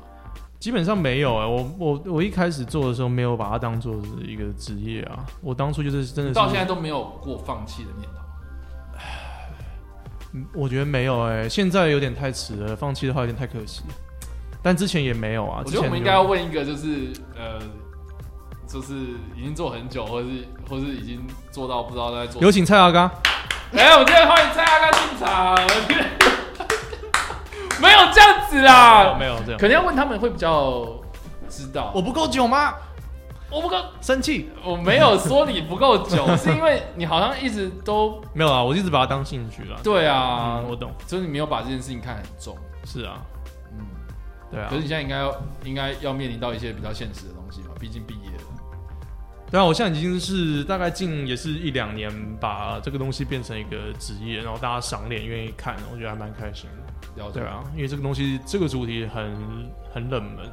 E: 基本上没有哎、我我我一开始做的时候没有把它当做是一个职业啊，我当初就是真的是
D: 到现在都没有过放弃的念头。
E: 嗯我觉得没有哎、现在有点太迟了，放弃的话有点太可惜。但之前也没有啊，
D: 我
E: 之
D: 觉得
E: 前
D: 我们应
E: 有
D: 该要问一个，就是呃，就是已经做很久，或是或是已经做到不知道在做什么。
E: 有请蔡阿刚，
D: 哎、我们今天欢迎蔡阿刚进场。 没有这样子啦，
E: 哦没有这样
D: 可，能要问他们会比较知道。
E: 我不够久吗？
D: 我不够，
E: 生气？
D: 我没有说你不够 久，是因为你好像一直都
E: 没有啊，我一直把它当兴趣了。
D: 对啊，
E: 啊，我懂，
D: 就是你没有把这件事情看很重。
E: 是啊，
D: 嗯，
E: 对啊
D: 可。是你现在应该要应该要面临到一些比较现实的东西嘛，毕竟毕业了。
E: 对啊，我现在已经是大概近也是一两年，把这个东西变成一个职业，然后大家赏脸愿意看，我觉得还蛮开心的。
D: 了解
E: 对，啊，因为这个东西这个主题很很冷门，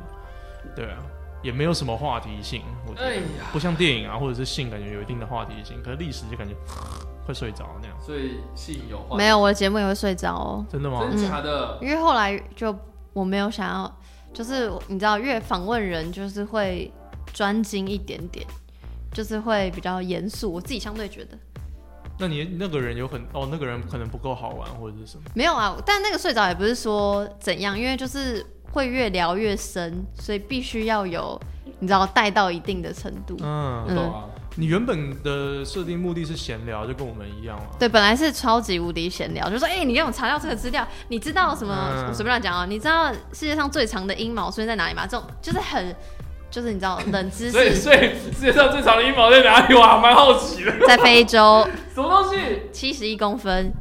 E: 对啊，也没有什么话题性，我觉
D: 哎
E: 得
D: 呀，
E: 不像电影啊或者是性感觉有一定的话题性，可是历史就感觉会睡着那样。
D: 所以性有话
B: 没有，我的节目也会睡着哦，
E: 真的吗？
D: 真假的？
B: 因为后来就我没有想要，就是你知道，越访问人就是会专精一点点，就是会比较严肃。我自己相对觉得。
E: 那你那个人有很哦，那个人可能不够好玩或者是什么？
B: 没有啊，但那个睡着也不是说怎样，因为就是会越聊越深，所以必须要有你知道带到一定的程度。
E: 嗯，
D: 不懂啊，
E: 你原本的设定目的是闲聊，就跟我们一样啊。
B: 对，本来是超级无敌闲聊，就说哎、欸你给我查到这个资料，你知道什么？
E: 嗯
B: 我随便乱讲啊，你知道世界上最长的阴毛出现在哪里吗？这种就是很，就是你知道冷知
D: 所以
B: 识，
D: 所以世界上最长的阴毛在哪里？我还蛮好奇的，
B: 在非洲
D: 什么东西？
B: 七十一公分，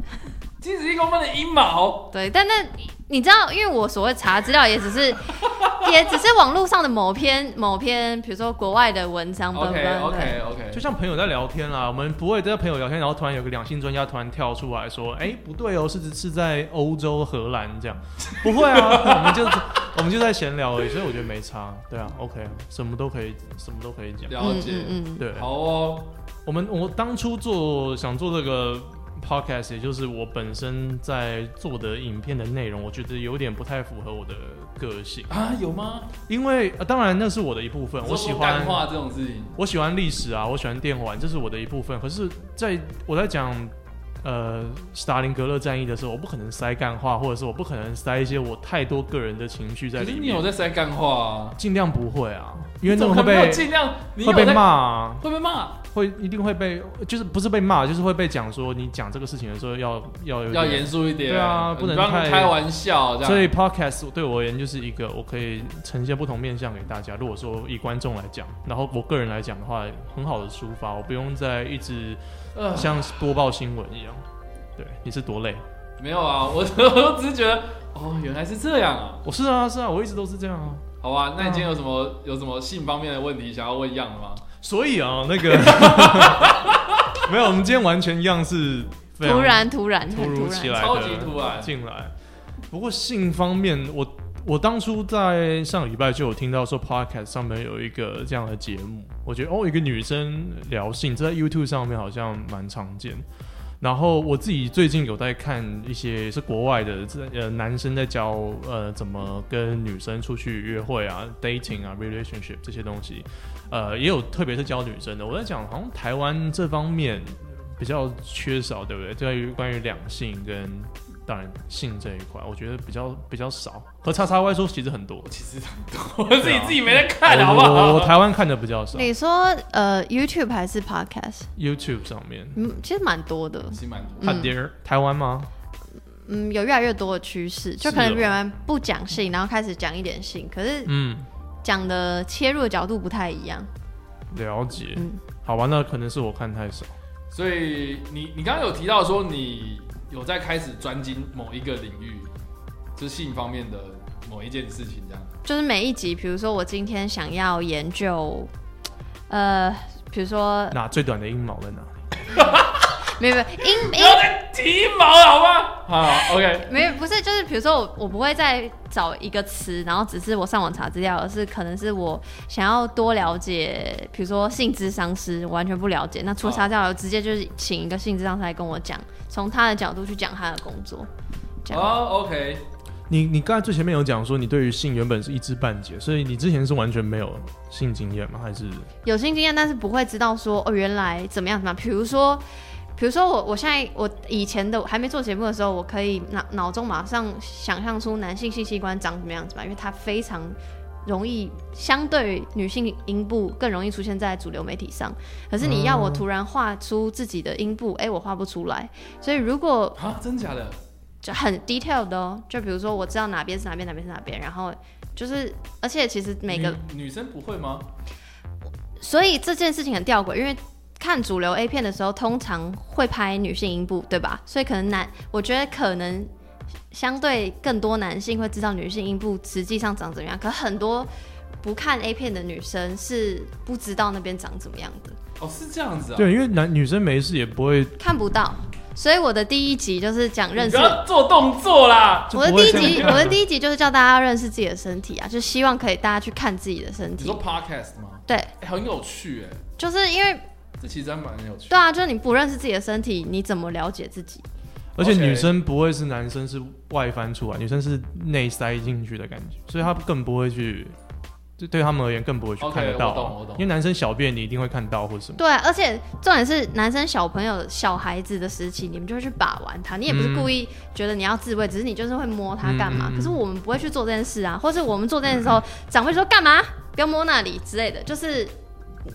D: 七十一公分的阴毛？
B: 对，但那你知道，因为我所谓查资料也 只是，也只是网络上的某篇某篇，比如说国外的文章，等
D: OK
B: 等对
D: OK OK，
E: 就像朋友在聊天啦，我们不会在朋友聊天，然后突然有个两性专家突然跳出来说：“哎、不对哦，是是在欧洲荷兰这样。”不会啊，我们就我们就在闲聊而已，所以我觉得没差。对啊，OK，什么都可以，什么都可以讲。
D: 了
B: 嗯
D: 解
B: 嗯，嗯，
E: 对，
D: 好哦，
E: 我们我当初做想做这个 podcast，也就是我本身在做的影片的内容，我觉得有点不太符合我的个性，
D: 啊，有吗？
E: 因为、呃当然那是我的一部分，我喜
D: 说
E: 欢
D: 干话这种事情，
E: 我喜欢历史啊，我喜欢电玩，这是我的一部分。可是在我在讲呃斯大林格勒战役的时候，我不可能塞干话，或者是我不可能塞一些我太多个人的情绪在
D: 可是
E: 里
D: 你有
E: 面。
D: 在塞干话啊？
E: 尽量不会啊，因为那
D: 怎
E: 种
D: 么
E: 会
D: 可能没有
E: 被
D: 尽量，你有
E: 会被
D: 在
E: 骂、啊，
D: 会被骂，
E: 会一定会被，就是不是被骂，就是会被讲说你讲这个事情的时候要要有
D: 要
E: 点
D: 严肃一点，
E: 对啊
D: 你
E: 不能
D: 要
E: 太
D: 开玩笑这样。
E: 所以 podcast 对我而言就是一个我可以呈现不同面向给大家。如果说以观众来讲，然后我个人来讲的话，很好的抒发，我不用再一直
D: 呃
E: 像是播报新闻一样。对，你是多累？
D: 没有啊，我 我只是觉得哦，原来是这样啊。
E: 我是啊，是啊，我一直都是这样啊。
D: 好吧，那你今天有什么有什么性方面的问题想要问一样的吗？
E: 所以啊，那个没有，我们今天完全一样是非常
B: 突然突然
E: 啊突
B: 很
E: 如
B: 突
E: 其
B: 然，
E: 来的
D: 超级突然
E: 进来。不过性方面，我我当初在上礼拜就有听到说 podcast 上面有一个这样的节目，我觉得哦，一个女生聊性，这在 YouTube 上面好像蛮常见。然后我自己最近有在看一些是国外的，这呃男生在教呃怎么跟女生出去约会啊、dating 啊、relationship 这些东西，呃也有特别是教女生的。我在讲，好像台湾这方面比较缺少，对不对？对于关于两性跟当然性这一块，我觉得比较比较少。和叉叉 Y 说其实很多，
D: 其实很多，我自己自己没在 看，好不
E: 我我
D: 好？
E: 台湾看的比较少
B: 你说呃 YouTube 还是 Podcast？
E: ，YouTube 上面。
B: 嗯，其实蛮多的，
D: 其实蛮多，
E: 好的，台湾吗？
B: 嗯，有越来越多的趋势，就可
E: 是
B: 能
E: 哦
B: 原来不讲性，然后开始讲一点性，可是
E: 嗯，
B: 讲的切入的角度不太一样。
E: 了解。
B: 嗯
E: 好吧，那可能是我看太少。
D: 所以你你刚刚有提到说你有在开始专精某一个领域，就是性方面的某一件事情这样。
B: 就是每一集，比如说我今天想要研究，呃，比如说
E: 那最短的阴毛在哪？
B: 没有没有阴
D: 不要再提毛了，好吗？好，OK，
B: 没有，不是，就是比如说我我不会再找一个词，然后只是我上网查资料，而是可能是我想要多了解，比如说性智商师，我完全不了解，那出杀掉直接就是请一个性智商师来跟我讲，从他的角度去讲他的工作，这样、
D: 哦，OK，
E: 你你刚才最前面有讲说你对于性原本是一知半解，所以你之前是完全没有性经验吗？还是
B: 有性经验，但是不会知道说哦原来怎么样怎么样，比如说。比如说我，我现在我以前的还没做节目的时候，我可以脑脑中马上想象出男性性器官长什么样子吧，因为它非常容易相对于女性阴部更容易出现在主流媒体上。可是你要我突然画出自己的阴部，哎、我画不出来。所以如果
D: 啊，真假的？
B: 就很 detail 的哦，就比如说我知道哪边是哪边，哪边是哪边，然后就是而且其实每个
D: 女女生不会吗？
B: 所以这件事情很吊诡，因为看主流 A 片的时候，通常会拍女性阴部，对吧？所以可能男，我觉得可能相对更多男性会知道女性阴部实际上长怎么样，可很多不看 A 片的女生是不知道那边长怎么样的，
D: 哦，是这样子啊。
E: 对？因为男女生没事也不会，
B: 看不到。所以我的第一集就是讲认
D: 你
B: 识
D: 不。要做动作啦！
E: 就
B: 我的
E: 不会
B: 第一
E: 像
B: 集，
E: 这样
B: 我的第一集就是叫大家认识自己的身体啊，就希望可以大家去看自己的身
D: 你
B: 体
D: 说。podcast 吗？
B: 对，
D: 欸很有趣哎、
B: 就是因为
D: 这其实还蛮有趣。
B: 对啊，就是你不认识自己的身体，你怎么了解自己？
E: 而且
D: OK
E: 女生不会是男生是外翻出来，女生是内塞进去的感觉，所以她更不会去，就对他们而言更不会去
D: OK，
E: 看得到啊、
D: 我懂我懂
E: 因为男生小便你一定会看到或什么。
B: 对，而且重点是男生小朋友、小孩子的时期，你们就会去把玩他，你也不是
E: 嗯
B: 故意觉得你要自慰，只是你就是会摸他干嘛
E: 嗯嗯。嗯嗯
B: 可是我们不会去做这件事啊，或是我们做这件事的时候，长辈说干嘛不要摸那里之类的，就是。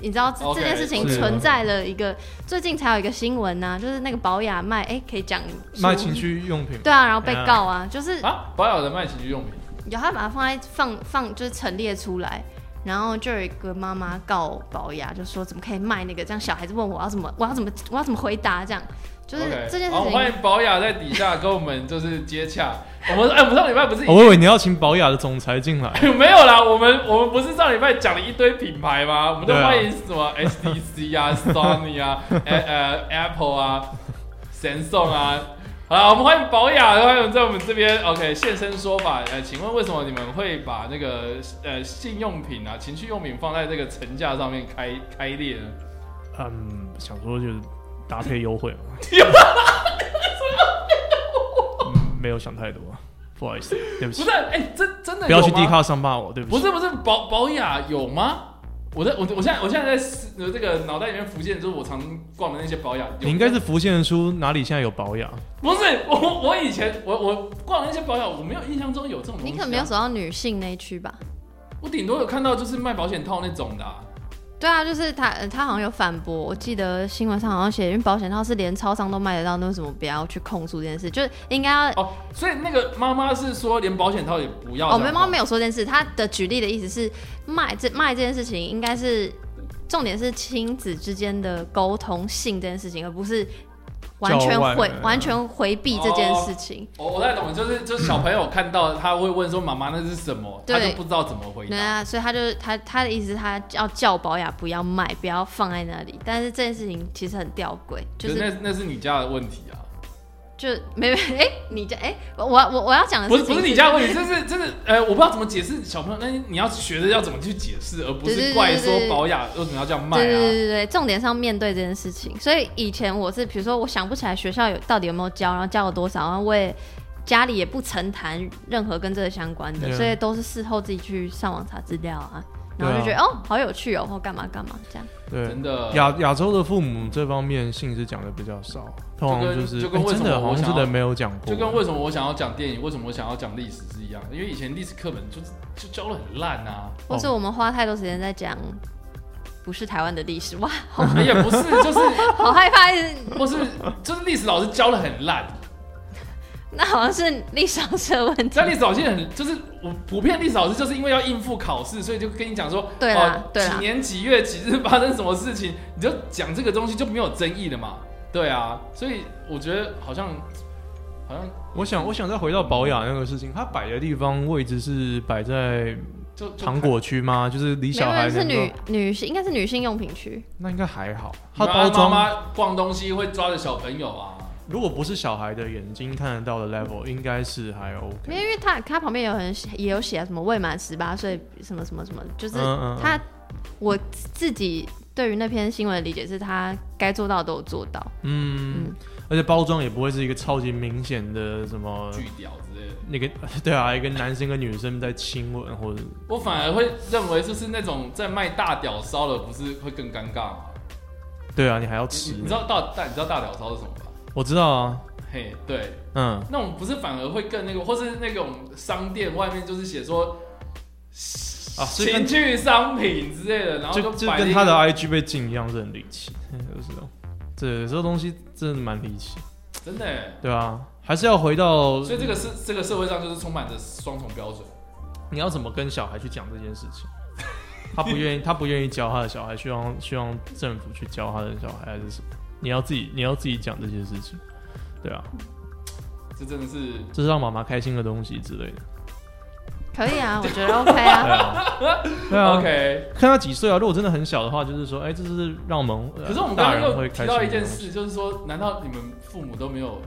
B: 你知道这
D: OK，
B: 这件事情
E: 是
B: 存在了一个，最近才有一个新闻呢、就是那个宝雅卖，哎、可以讲
E: 卖情，趣用品，
B: 对啊，然后被
E: 哎呀
B: 告啊，就是
D: 啊，保养人卖情趣用品，
B: 有他把它放在放放就是陈列出来，然后就有一个妈妈告保雅，就说怎么可以卖那个？这样小孩子问我要怎么，我要怎么，我要怎么回答？这样就是
D: OK
B: 这件事
D: 好
B: 情
D: 欢迎宝雅在底下跟我们就是接 洽。我们哎、我们上礼拜不是已
E: 哦我以为你要请宝雅的总裁进来，
D: 没有啦，我们我们不是上礼拜讲了一堆品牌吗？我们都
E: 对啊
D: 欢迎什 么 HTC 啊、Sony 啊、 呃呃 Apple 啊、Samsung 啊。好啦，我们欢迎宝雅，欢迎在我们这边。OK，现身说法。呃，请问为什么你们会把那个呃性用品啊、情趣用品放在这个层架上面开开列呢？
E: 嗯，想说就是搭配 优惠嘛，嗯没有想太多，不好意思，对不
D: 不
E: 起
D: 是，，哎、真真的
E: 不要
D: 有
E: 去
D: 吗
E: 低咖上骂我，对
D: 不
E: 起。
D: 是不是，保保雅有吗？我在我我现在我现在在思我这个脑袋里面浮现，就是我常逛的那些保雅。有
E: 你应该是浮现出哪里现在有保养？
D: 不是我我以前我我逛的那些保养，我没有印象中有这种东西、啊
B: 你可能没有，走到女性那一区吧？
D: 我顶多有看到就是卖保险套那种的啊、
B: 对啊，就是他，呃他好像有反驳。我记得新闻上好像写，因为保险套是连超商都卖得到，那为什么不要去控诉这件事？就是应该要
D: 哦，所以那个妈妈是说连保险套也不要。
B: 哦，没妈没有说这件事，他的举例的意思是卖这卖这件事情应该是重点是亲子之间的沟通性这件事情，而不是完全
E: 叫外
B: 回
E: 卖
B: 完全回避这件事情。
D: 我我在懂了，就是就是小朋友看到他会问说妈妈那是什么，他
B: 对
D: 就不知道怎么回
B: 对
D: 答。
B: 啊，所以他就是他他的意思是他要叫保雅不要卖，不要放在那里。但是这件事情其实很吊诡，就
D: 可是
B: 是
D: 那那是你家的问题啊，
B: 就没没哎、你家哎、我我我我要讲的
D: 不是
B: 事情
D: 不是你家的问题，这是这是呃，我不知道怎么解释小朋友，那你要学着要怎么去解释，而不
B: 对对
D: 是
B: 对
D: 怪
B: 对
D: 说
B: 对
D: 保雅为什么要这样卖
B: 对对
D: 啊？
B: 对对，重点是要面对这件事情。所以以前我是，比如说我想不起来学校有到底有没有教，然后教了多少，然后我也家里也不曾谈任何跟这个相关的，
E: 对啊
B: 所以都是事后自己去上网查资料啊，
E: 对
B: 然
E: 啊
B: 后就觉得、哦好有趣哦，或干嘛干嘛这样。
E: 对
D: 真，的
E: 亚亚洲的父母这方面性是讲的比较少，通常是
D: 就跟
E: 哎
D: 为什
E: 真
D: 么
E: 的
D: 我
E: 好像
D: 想
E: 真
D: 要
E: 的没有讲过，
D: 就跟为什么我想要讲电影，为什么我想要讲历史是一样的，因为以前历史课本就是就教的很烂啊，
E: 哦
B: 或是我们花太多时间在讲不是台湾的历史，哇，
D: 也哎不是，就是
B: 好害怕！
D: 或是就是历史老师教的很烂，
B: 那好像是历史老师的问题
D: 在。历史老师也很就是我普遍历史老师就是因为要应付考试，所以就跟你讲说，
B: 对啦
D: 哦
B: 对啦
D: 几年几月几日发生什么事情，你就讲这个东西就没有争议了嘛，对啊，所以我觉得好像好像
E: 我想，我想再回到保雅那个事情，它摆的地方位置是摆在
D: 就就
E: 糖果区吗？就是离
B: 没
E: 小
B: 有
E: 孩
B: 人是
E: 能够
B: 女女性，应该是女性用品区。
E: 那应该还好。它
D: 看
E: 包
D: 妈
E: 装，
D: 妈逛东西会抓着小朋友啊，
E: 如果不是小孩的眼睛看得到的 level，应该是还
B: 因为
E: OK。嗯
B: 因为他他旁边有人也有写什么未满十八岁什么什么什么，就是
E: 嗯嗯嗯
B: 他、我自己对于那篇新闻的理解是他该做到都有做到，
E: 嗯，
B: 嗯
E: 而且包装也不会是一个超级明显的什么
D: 巨屌之类的。
E: 那个， 对啊，一个男生跟女生在亲吻或者
D: 我反而会认为，就是那种在卖大屌烧的，不是会更尴尬吗？
E: 对啊，你还要
D: 你
E: 吃
D: 你知，道大大你知道大屌烧是什么吧？
E: 我知道啊，
D: 嘿，对，
E: 嗯，
D: 那种不是反而会更那个，或是那种商店外面就是写说
E: 啊，所以
D: 情
E: 跟
D: 趣商品之类的，然后
E: 就就
D: 摆了
E: 跟
D: 一
E: 他的啊
D: 个
E: IG 被禁一样，是很离奇，有时候，这有时候东西真的蛮离奇。
D: 真的耶，
E: 对啊，还是要回到
D: 所以这个是这个社会上就是充满着双重标准。
E: 你要怎么跟小孩去讲这件事 情。他不愿意，他不愿意教他的小孩，希望希望政府去教他的小孩还是什么？你要自己，你要自己讲这些事情，对啊，
D: 这真的是
E: 这是让妈妈开心的东西之类 的，
B: 可以啊，我觉得 OK 啊
E: 对。啊，对啊
D: OK，
E: 看他几岁啊。如果真的很小的话，就是说，哎、这是让我们，呃
D: 可是我们
E: 大
D: 刚刚
E: 人
D: 又
E: 会
D: 提
E: 开心
D: 到一
E: 的
D: 件
E: 东西，
D: 事，就是说，难道你们父母都没有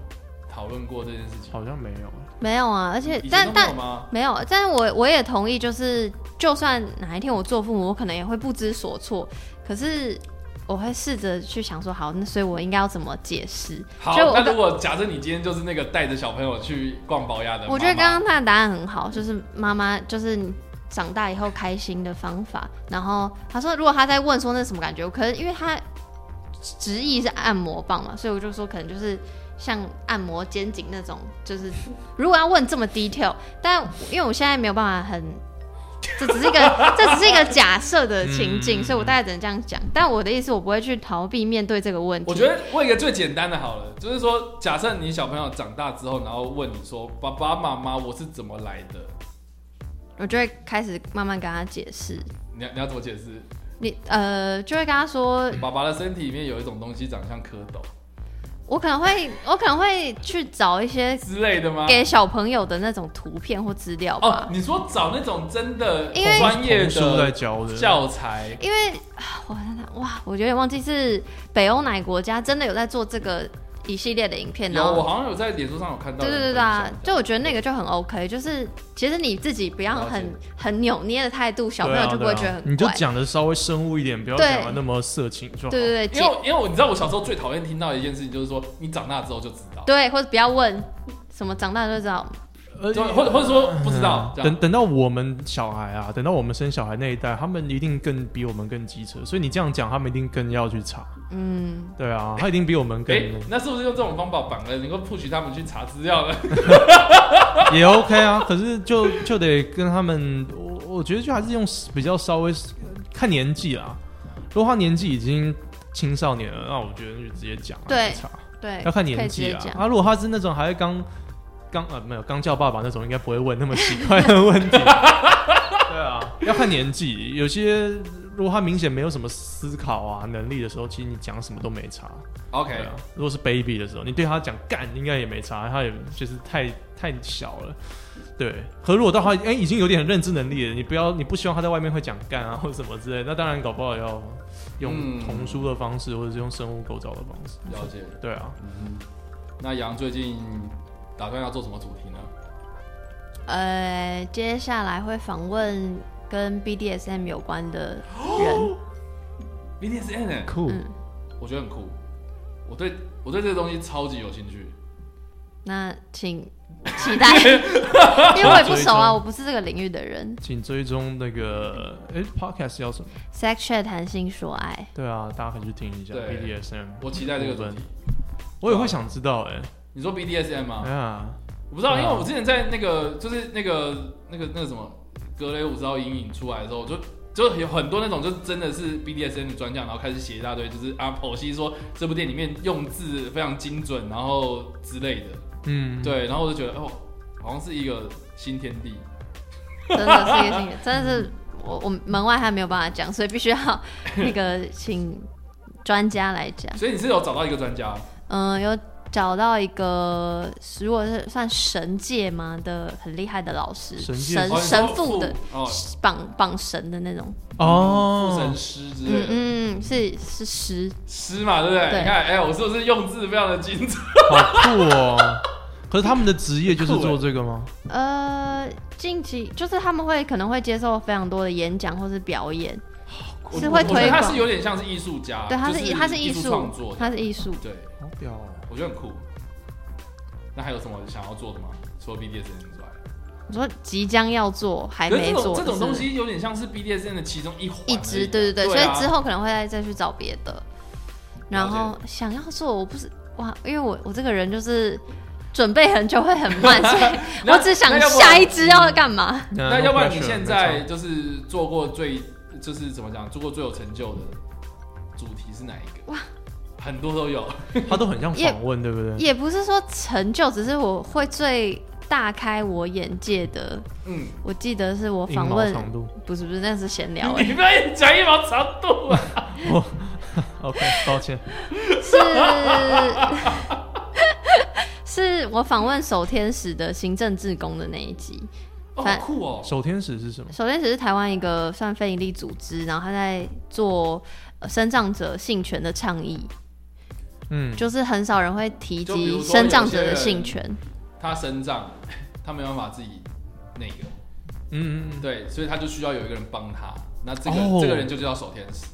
D: 讨论过这件事情？
E: 好像没有，
B: 没有啊，而且
D: 以前都
B: 但
D: 没有
B: 但
D: 吗？
B: 没有，但我我也同意，就是就算哪一天我做父母，我可能也会不知所措，可是我会试着去想说，好，那所以我应该要怎么解释？
D: 好，
B: 所以我
D: 那
B: 跟
D: 如果假设你今天就是那个带着小朋友去逛保雅的妈妈，
B: 我觉得刚刚他的答案很好，就是妈妈就是你长大以后开心的方法。然后他说，如果他在问说那是什么感觉，我可能因为他直译是按摩棒嘛，所以我就说可能就是像按摩肩颈那种，就是如果要问这么 detail，但因为我现在没有办法很。这只是一个，这只是一个假设的情境，
E: 嗯
B: 所以我大概只能这样讲。但我的意思，我不会去逃避面对这个问题。
D: 我觉得问一个最简单的好了，就是说，假设你小朋友长大之后，然后问你说：“爸爸妈妈，我是怎么来的
B: 我就会开始慢慢跟他解释。？”
D: 你要你要怎么解释？
B: 你呃，就会跟他说，
D: 爸爸的身体里面有一种东西长得像蝌蚪
B: 我可能会，我可能会去找一些
D: 之类的吗？
B: 给小朋友的那种图片或资料
D: 啊哦
B: 吧，，
D: 你说找那种真的
B: 因为
D: 专业
E: 童书在
D: 的
E: 教的，
D: 教材，
B: 因为啊我想想哇，我有点忘记是北欧哪个国家真的有在做这个一系列的影片，然
D: 有我
B: 后。
D: 好像有在脸书上有看到
B: 对
D: 人
B: 对
D: 分享这
B: 对对啊
D: 样。！
B: 就我觉得那个就很 OK，就是其实你自己不要
D: 了解啊
B: 很很扭捏的态度，小朋友就不会觉得很怪。
E: 啊你就讲的稍微深入一点，不要
B: 对
E: 讲的那么色情就好。
B: 对对
D: 因
B: 对，解
D: 为我因为我你知道我小时候最讨厌听到的一件事情就是说你长大之后就知道，
B: 对，或者不要问什么，长大就知道。
E: 而且
D: 就或者或者说不知道
E: 嗯
D: 这样
E: 等等到我们小孩啊，等到我们生小孩那一代，他们一定更比我们更机车，所以你这样讲，他们一定更要去查。
B: 嗯，
E: 对啊，他一定比我们更、
D: 哎，那是不是用这种方法反而能够 push 他们去查资料呢？
E: 也 OK 啊。可是就就得跟他们，我我觉得就还是用比较稍微看年纪啦。如果他年纪已经青少年了，那我觉得就直接讲啊，
B: 对
E: 没差
B: 对，
E: 要看
B: 哎可
E: 年
B: 以直
E: 纪
B: 接
E: 啊。
B: 讲
E: 啊，如果他是那种还是刚刚呃没有刚叫爸爸那种，应该不会问那么奇怪的问 题。对啊，要看年纪。有些如果他明显没有什么思考啊能力的时候，其实你讲什么都没差。
D: OK，
E: 对啊，如果是 baby 的时候，你对他讲干应该也没差，他也就是太太小了。对，可如果到他哎、已经有点认知能力了，你不要你不希望他在外面会讲干啊或者什么之类的，那当然搞不好要用
D: 嗯
E: 童书的方式，或者是用生物构造的方式。
D: 了解。
E: 对啊，
D: 那杨最近打算要做什么主题呢？
B: 呃，接下来会访问跟 BDSM 有关的 人，
D: BDSM，欸
E: 酷、
B: 嗯，
D: 我觉得很酷，我对我对这个东西超级有兴趣。
B: 那请期待，因为我也不熟啊，我不是这个领域的人。
E: 请追踪那个哎、podcast 叫什么？
B: Sex Chat 谈性说爱，
E: 对啊，大家可以去听一下
D: 对
E: BDSM。
D: 我期待这个主题。
E: 我也会想知道哎、
D: 你说 BDSM 吗？
E: 哎呀，
D: 我不知道，
E: 对
D: 因
E: 啊
D: 为我之前在那个就是那个那个那个什么格雷五十号阴影出来的时候，我就就有很多那种就是真的是 BDSM 的专家，然后开始写一大堆，就是啊剖析说这部电影里面用字非常精准，然后之类的。
E: 嗯，，
D: 对，然后我就觉得哦，好像是一个新天地。
B: 真的是一个性，真的是我我门外还没有办法讲，所以必须要那个请专家来讲。
D: 所以你是有找到一个专家，
B: 嗯，有找到一个，如果是算神界嘛的很厉害的老师，
E: 神
B: 神
E: 界
D: 哦你说
B: 神父的
D: 哦，
B: 绑绑神的那种，
D: 父
E: 哦
D: 神，师之类
B: 嗯
D: 的
B: 嗯，是是师，
D: 师嘛，对不对？
B: 对
D: 你看，哎，我是不是用字非常的精准？
E: 好酷哦。可是他们的职业就是做这 个吗？
B: 呃，近期就是他们会可能会接受非常多的演讲或是表演，
D: 我
B: 是
D: 我
B: 会
D: 我觉得
B: 推
D: 他
B: 广
D: 是有点像是艺术家，
B: 对，他
D: 啊就是
B: 他是
D: 艺
B: 艺术
D: 创作的，
B: 他是艺术，
D: 对。
E: 好屌哦！
D: 我觉得很酷。那还有什么想要做的吗？除了 BDSM 之外，
B: 你说即将要做还
D: 可是
B: 没
D: 这种
B: 做
D: 这种
B: 是不
D: 东
B: 是
D: 西有点像是 BDSM 的其中一环而已啊，
B: 一直对对对，
D: 啊
B: 所以之后可能会再再去找别的。然后想要做，我不是哇，因为我我这个人就是准备很久会很慢，所以
D: 那
B: 我只想
D: 那要不然嗯
B: 下一支要干嘛。
E: 嗯
D: 那要不然你现在就是做过最就是怎么讲，做过最有成就的主题是哪一个？哇，很多都有。
E: 他都很像访问，对不对？
B: 也不是说成就，只是我会最大开我眼界的。
D: 嗯，
B: 我记得是我
E: 阴
B: 访
E: 毛
B: 问，
E: 长度
B: 不是不是，那是 闲聊、欸
D: 你不要讲一毛长度啊！
E: ，OK，抱歉，
B: 欸， 是是我访问守天使的行政志工的那一集。
D: 哦，好
B: 反
D: 酷哦！
E: 守天使是什么？
B: 首先只是台湾一个算非营利组织，然后他在做呃生障者性权的倡议，
E: 嗯，
B: 就是很少人会提
D: 就比如
B: 及
D: 说
B: 生障者
D: 有
B: 的
D: 些人
B: 性权。
D: 他生障， 他没办法自己那个，
E: 嗯嗯
D: 对，所以他就需要有一个人帮他。那这个、
E: 哦
D: 这个人就叫守天使。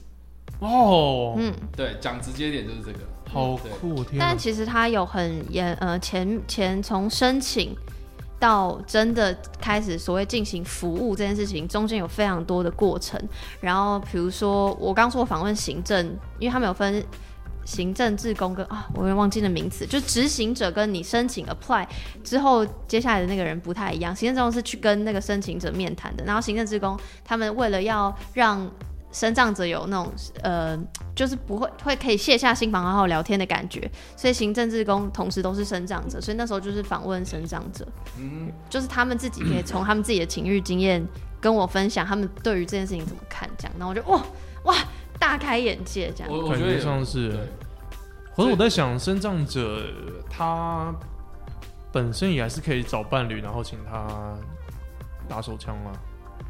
E: 嗯，哦，
B: 嗯，
D: 对，讲直接一点就是这个。
E: 好酷，天啊哪
B: 但！其实他有很严呃前前从申请到真的开始所谓进行服务这件事情，中间有非常多的过程。然后比如说我刚说我访问行政，因为他们有分。行政志工跟啊，我有点忘记了名词，就执行者跟你申请 apply 之后，接下来的那个人不太一样。行政志工是去跟那个申请者面谈的，然后行政志工他们为了要让身障者有那种呃，就是不会会可以卸下心防好好聊天的感觉，所以行政志工同时都是生长者，所以那时候就是访问生长者，
D: 嗯，
B: 就是他们自己可以从他们自己的情欲经验跟我分享他们对于这件事情怎么看，这样，然后我就哇哇大开眼界这样。
D: 我我
E: 感
D: 觉得
E: 觉
D: 也
E: 上是
D: 对，
E: 可是我在想，生障者他本身也还是可以找伴侣，然后请他打手枪吗？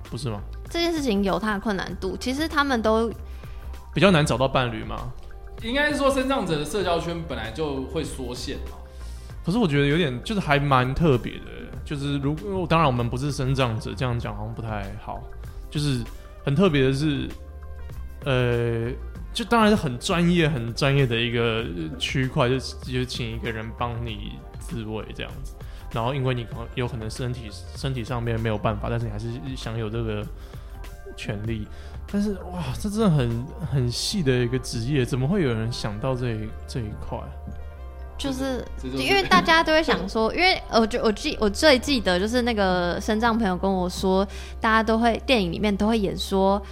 E: 不是吗？
B: 这件事情有它的困难度，其实他们都
E: 比较难找到伴侣嘛。
D: 应该是说生长者的社交圈本来就会缩限嘛。
E: 可是我觉得有点，就是还蛮特别的，就是如果当然我们不是生长者，这样讲好像不太好。就是很特别的是，呃，就当然是很专业、很专业的一个呃区块，就是就请一个人帮你自慰这样子。然后因为你可能有可能身体身体上面没有办法，但是你还是享有这个权利。但是哇，这真的很很细的一个职业，怎么会有人想到这一这一块？
B: 就是
D: 这就是
B: 因为大家都会想说，因为我就我记我最记得就是那个深藏朋友跟我说，大家都会电影里面都会演说。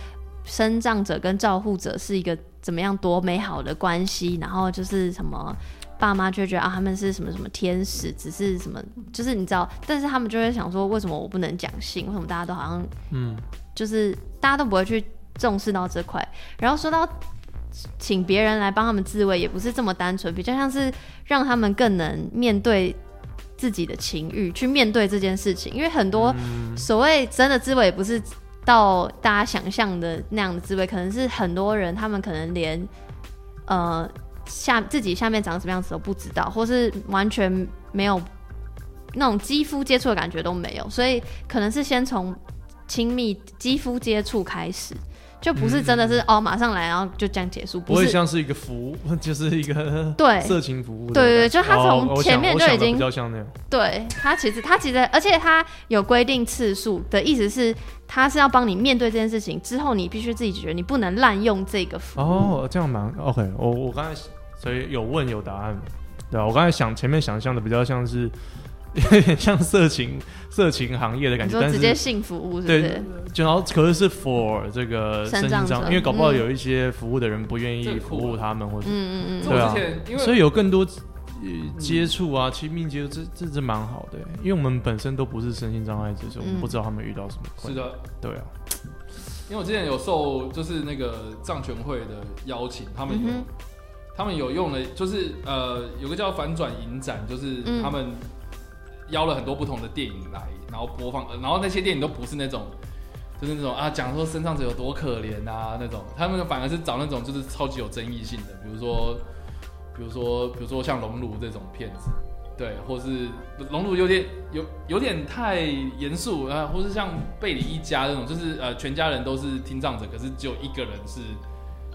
B: 生障者跟照护者是一个怎么样多美好的关系，然后就是什么。爸妈就会觉得啊，他们是什么什么天使，只是什么，就是你知道，但是他们就会想说，为什么我不能讲性？为什么大家都好像
E: 嗯，
B: 就是大家都不会去重视到这块。然后说到请别人来帮他们自慰，也不是这么单纯，比较像是让他们更能面对自己的情欲，去面对这件事情。因为很多所谓真的自慰，也不是到大家想象的那样的自慰，可能是很多人他们可能连呃下自己下面长什么样子都不知道，或是完全没有。那种肌肤接触的感觉都没有，所以可能是先从亲密肌肤接触开始，就不是真的是、哦马上来，然后就这样结束，
E: 不
B: 不
E: 会
B: 是
E: 像是一个服务， 就是一个
B: 对
E: 色情服务的感
B: 对
E: 觉。
B: 对对就他从
E: 哦我
B: 前面
E: 想我
B: 就
E: 想
B: 已
E: 的
B: 经
E: 比较像那样。
B: 对他其实他其实，而且他有规定次数的意思是，他是要帮你面对这件事情之后，你必须自己解决，你不能滥用这个服务。
E: 哦，这样蛮 OK 我。我刚才所以有问有答案，对啊吧、我刚才想前面想象的比较像是 有点像色情色情行业的感
B: 你
E: 觉，
B: 说
E: 但
B: 直接
E: 是
B: 性服务是不
E: 对
B: 是？，
E: 就然后可是是 for 这个
B: 身
E: 身
B: 障
E: 心障，
B: 者
E: 因为搞不好
B: 嗯
E: 有一些服务的人不愿
D: 这
E: 意
D: 很酷啊
E: 服务他们，或者、
B: 嗯嗯
D: 这
B: 嗯，
E: 对
D: 我
E: 啊
D: 之前因为嗯
E: 所以有更多。呃，接触啊，亲密接触，这这这蛮好的欸，因为我们本身都不是身心障碍者，所以我们
B: 嗯
E: 不知道他们遇到什么困
D: 是
E: 难。
D: 的，
E: 对啊，
D: 因为我之前有受就是那个藏权会的邀请，他们有、
B: 嗯哼
D: 他们有用了，就是呃有个叫反转影展，就是
B: 嗯
D: 他们邀了很多不同的电影来，然后播放，呃然后那些电影都不是那种。就是那种啊，讲说身上者有多可怜啊那种，他们反而是找那种就是超级有争议性的，比如说，比如说，比如说像《熔炉》这种片子，对，或是龙乳有点有有点太严肃啊，或是像贝里一家那种，就是呃全家人都是听障者，可是只有一个人是，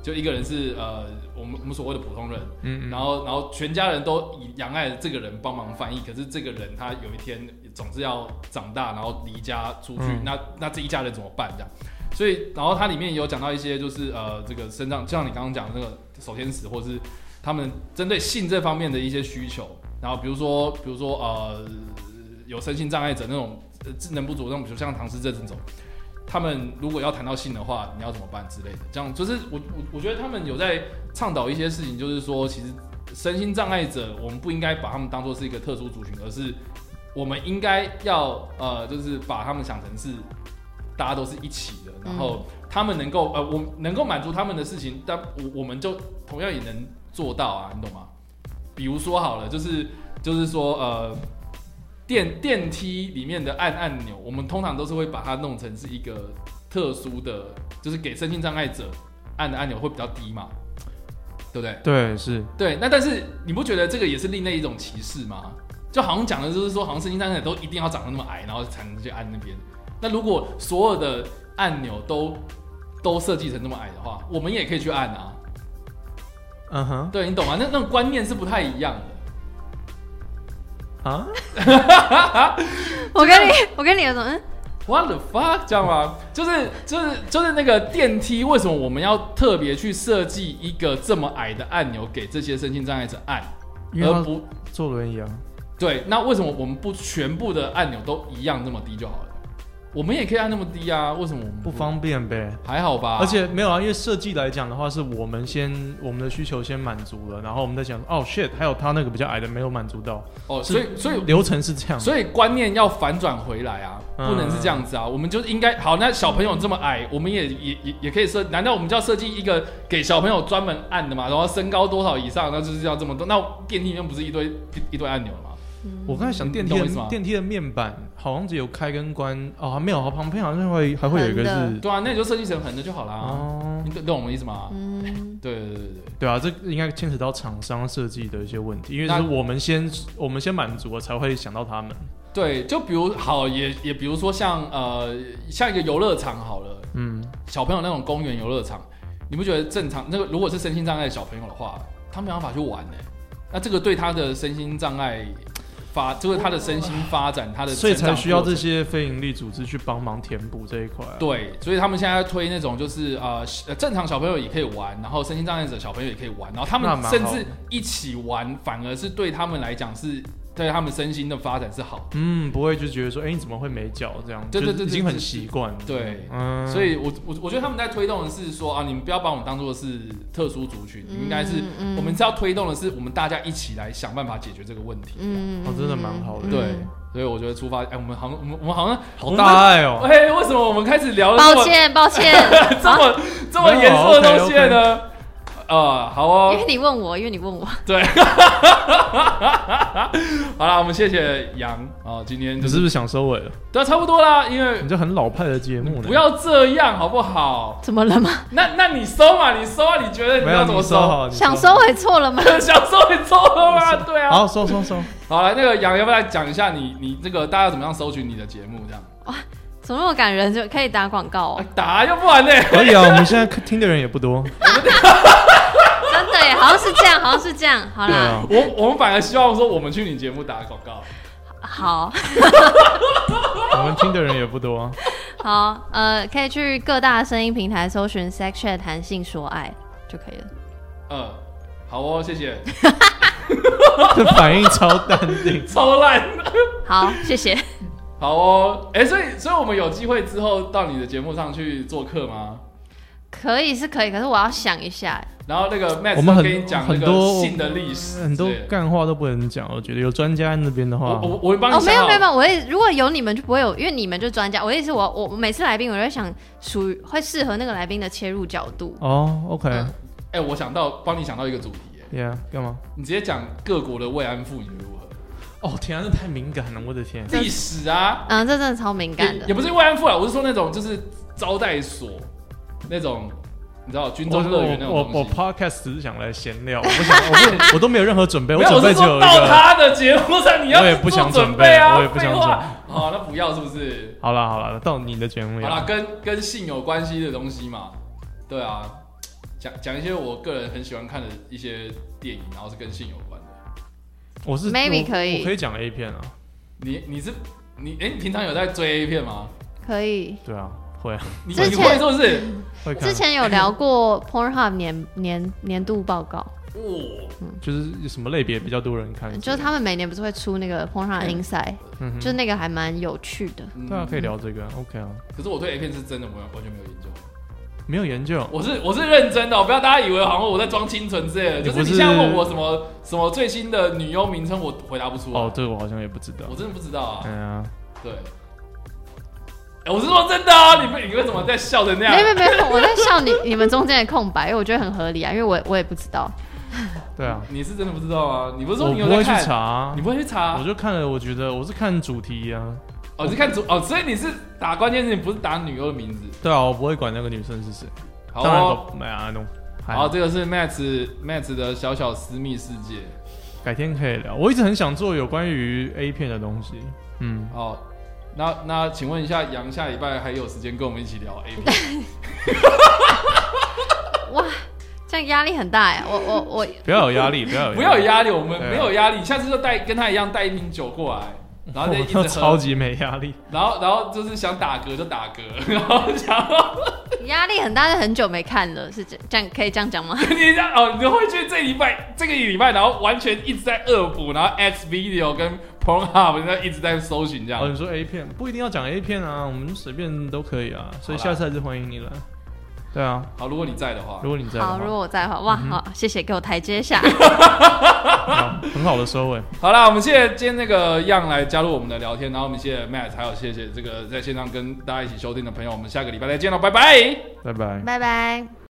D: 就一个人是呃我们我们所谓的普通人，
E: 嗯，
D: 然后然后全家人都以仰赖这个人帮忙翻译，可是这个人他有一天总是要长大，然后离家出去，
E: 嗯
D: 那那这一家人怎么办这样？所以然后它里面有讲到一些就是呃这个身障，就像你刚刚讲的那个手天使，或是他们针对性这方面的一些需求，然后比如说比如说呃有身心障碍者那种呃智能不足那种，比如像唐诗这这种。他们如果要谈到性的话，你要怎么办之类的？这样就是我我我觉得他们有在倡导一些事情，就是说，其实身心障碍者，我们不应该把他们当做是一个特殊族群，而是我们应该要呃，就是把他们想成是大家都是一起的，然后他们能够呃，我们能够满足他们的事情，但我我们就同样也能做到啊，你懂吗？比如说好了，就是就是说呃，电电梯里面的按按钮，我们通常都是会把它弄成是一个特殊的，就是给身心障碍者按的按钮会比较低嘛，对不对？
E: 对是，
D: 对，那但是你不觉得这个也是另类一种歧视吗？就好像讲的就是说，好像身心障碍者都一定要长得那么矮，然后才能去按那边。那如果所有的按钮都都设计成那么矮的话，我们也可以去按啊。
E: 嗯哼
D: 对，你懂吗？那那种观念是不太一样的。
E: 啊，
B: 我跟你我跟你有种嗯
D: What the fuck？这样吗？就是就是就是那个电梯，为什么我们要特别去设计一个这么矮的按钮给这些身心障碍者按，
E: 因为
D: 而
E: 他
D: 不
E: 坐轮椅啊，
D: 对，那为什么我们不全部的按钮都一样那么低就好了？我们也可以按那么低啊，为什么我们
E: 不方便呗。
D: 还好吧？
E: 而且没有啊，因为设计来讲的话，是我们先我们的需求先满足了，然后我们再想，哦 shit，还有他那个比较矮的没有满足到，
D: 哦，
E: 是
D: 所以所以
E: 流程是这样。
D: 所以观念要反转回来啊，
E: 嗯
D: 不能是这样子啊。我们就应该好，那小朋友这么矮，我们也也也也可以设，难道我们就要设计一个给小朋友专门按的嘛？然后身高多少以上，那就是要这么多。那电梯里面不是一堆一一堆按钮吗？
E: 我刚才想
D: 你
E: 电
D: 懂
E: 梯
D: 我意思吗
E: 的电梯的面板好像只有开跟关哦，没有，好旁边好像会还会有一个
B: 横
E: 是
D: 对啊，那你就设计成横的就好啦。啊
E: 哦，
D: 你懂懂我意思吗？
B: 嗯，
D: 对对对对对。
E: 对啊，这应该牵扯到厂商设计的一些问题，因为
D: 那
E: 是我们先我们先满足了才会想到他们。
D: 对，就比如好，也也比如说像呃，像一个游乐场好了，
E: 嗯，
D: 小朋友那种公园游乐场，你不觉得正常？那个如果是身心障碍的小朋友的话，他没办法去玩呢、那这个对他的身心障碍发，就是他的身心发展，他的
E: 所以
D: 成长
E: 才需要
D: 过
E: 这
D: 程。
E: 些非营利组织去帮忙填补这一块、啊。
D: 对，所以他们现在推那种就是呃呃正常小朋友也可以玩，然后身心障碍者小朋友也可以玩，然后他
E: 那
D: 们
E: 蛮好
D: 甚至一起玩，反而是对他们来讲是对他们身心的发展是好的。
E: 嗯，不会就觉得说，哎、你怎么会没脚这样？
D: 对对
E: 就是
D: 对对
E: 已经很
D: 对
E: 习惯了。
D: 对
E: 嗯
D: 所以我，我我觉得他们在推动的是说啊，你们不要把我们当做是特殊族群，应该是、
B: 嗯
D: 我们是要推动的是我们大家一起来想办法解决这个问题。
B: 嗯
E: 哦真的蛮好的哦
B: 嗯
D: 对，所以我觉得出发，哎、我们好像我们我们好像
E: 好大爱哦、
D: 哎、为什么我们开始聊了这
B: 抱
D: 么，
B: 歉抱 歉啊
D: 这么、这么严肃的东西了呢？呃，好
B: 啊
D: 哦
B: 因为，你问我，因为你问我，
D: 好啦，我们谢谢杨啊、哦今天就
E: 你
D: 是
E: 是不是嗯想收 尾了？
D: 对啊，差不多啦，因为
E: 你这很老派的节目呢。
D: 不要这样好不好？
B: 怎么了吗？
D: 那那你收嘛，你收啊，你觉得你
E: 没
D: 要
E: 有
D: 怎么
E: 你收
D: 收？
E: 好，你
B: 想收尾错了吗？
D: 想收你收了吗？对啊，
E: 好收收收。
D: 好了，那个杨，要不要来讲一下你你这个大家怎么样搜寻你的节目这样？
B: 怎么那么感人？就可以打广告哦
D: 哎，打要不然呢？
E: 可以啊，我们现在听的人也不多。
B: 真的耶，好像是这样，好像是这样。好
E: 对
B: 啦，
E: 啊，
D: 我我们反而希望说我们去你节目打广告。
B: 好
E: 我们听的人也不多啊。
B: 好呃，可以去各大声音平台搜寻 “sex chat” 弹性说爱就可以了。
D: 嗯，好哦，谢谢，
E: 这反应超淡定。
D: 超烂。
B: 好，谢谢。
D: 好哦，哎、所以所以我们有机会之后到你的节目上去做客吗？
B: 可以是可以，可是我要想一下。
D: 然后那个 Max
E: 我们很
D: 跟你讲那
E: 很
D: 个
E: 多
D: 性的历史之类的，
E: 很多干话都不能讲，我觉得有专家在那边的
D: 我
E: 话，
D: 我我会帮你
B: 哦，没
D: 想
B: 有
D: 好
B: 没有没有，我也如果有你们就不会有，因为你们就专家。我的意思我，我我每次来宾，我就会想属于会适合那个来宾的切入角度。
E: 哦，OK，Yeah，
B: 嗯、
D: 哎、我想到帮你想到一个主题，哎，
E: 干嘛？
D: 你直接讲各国的慰安妇女如何？
E: 哦，天啊，那太敏感了，我的天。
D: 历史啊，
B: 嗯，这真的超敏感
D: 也也
B: 的。
D: 不是慰安妇啊，我是说那种就是招待所那种，你知道军
E: 我
D: 中乐园那
E: 我
D: 种东
E: 我
D: 西。
E: podcast 只是想来闲聊，我不想，我 不我都没有任何准备，
D: 没有，
E: 准
D: 我
E: 备
D: 是
E: 只有
D: 说
E: 一
D: 到
E: 个。
D: 他的节目上，你要
E: 我也不想
D: 做
E: 准
D: 准备啊，
E: 我也不想
D: 废话
E: 准
D: 好，那不要是不是？
E: 好了好了，到你的节目
D: 好
E: 了
D: 啦，。跟跟性有关系的东西嘛，对啊，讲讲一些我个人很喜欢看的一些电影，然后是跟性有关的。
E: 我是
B: Maybe
E: 我
B: 可以
E: 我可以讲 A 片啊，
D: 你你是你哎、你平常有在追 A 片吗？
B: 可以。
E: 对啊，会 啊，
D: 你
B: 之前
D: 你会是不是？
E: 会看啊
B: 之前有聊过 Pornhub 年年年度报告，
D: 哇、
E: 就是什么类别比较多人看，
B: 就是他们每年不是会出那个 Pornhub Inside，、
E: 嗯哼
B: 就是那个还蛮有趣的。
D: 嗯
E: 对啊，可以聊这个啊，OK 啊，
D: 可是我对 A 片是真的没有完全没有研究，
E: 没有研究，
D: 我是我是认真的哦，不要大家以为好像我在装清纯之类的。
E: 你
D: 就
E: 不
D: 是
E: 是
D: 你现在问我什么什么最新的女优名称，我回答不出来。
E: 哦，这个我好像也不知道
D: 我，真的不知道啊。
E: 嗯啊，
D: 对，哎我是说真的啊，你们你为什么在笑成那
B: 没有没
D: 样？
B: 有没有，我在笑你你们中间的空白，因为我觉得很合理啊，因为我我也不知道。
E: 对啊，
D: 你是真的不知道啊？你不是说
E: 我
D: 你有
E: 不
D: 在
E: 会去
D: 看？
E: 查啊
D: 你，不会去查
E: 我
D: 啊？
E: 就看了，我觉得我是看主题啊，
D: 哦，你是看主哦，所以你是打关键字，你不是打女优的名字。
E: 对啊，我不会管那个女生是谁，
D: 好、
E: 当然
D: 哦，
E: 不，没啊弄，还
D: 好，
E: 好，
D: 这个是 Max Max 的小小私密世界。
E: 改天可以聊，我一直很想做有 关于 A 片的东西，嗯，
D: 哦，那那请问一下，杨下礼拜还有时间跟我们一起聊 A 片？
B: 哇，这样压力很大哎，我我我
E: 不要有压力，不要有
D: 不要有压力，我们
E: 对啊
D: 没有压力，下次就带跟他一样带一瓶酒过来，然 后再一
E: 我
D: 直
E: 都
D: 喝，
E: 啊超级没压力，
D: 然后然后就是想打嗝就打嗝， 然后想要
B: 压力很大，是很久没看了，是这这样可以这样讲吗？
D: 你这样哦，你就会去这礼拜这个礼拜，然后完全一直在恶补，然后 X Video 跟 Pornhub 然后一直在搜寻这样
E: 哦，。你说 A 片不一定要讲 A 片啊，我们随便都可以啊，所以
D: 好啦
E: 下次还是欢迎你来，对啊，
D: 好，如果你在的话
E: 如，果你在的
B: 好，如
E: 话，
B: 果我在的话，哇，好，谢谢给我台阶下。
E: 好很好的收尾。
D: 好啦，我们谢谢今天那个样来加入我们的聊天，然后我们谢谢 Matt，还有谢谢这个在线上跟大家一起收听的朋友，我们下个礼拜再见喽，拜拜。
E: 拜拜。
B: 拜拜。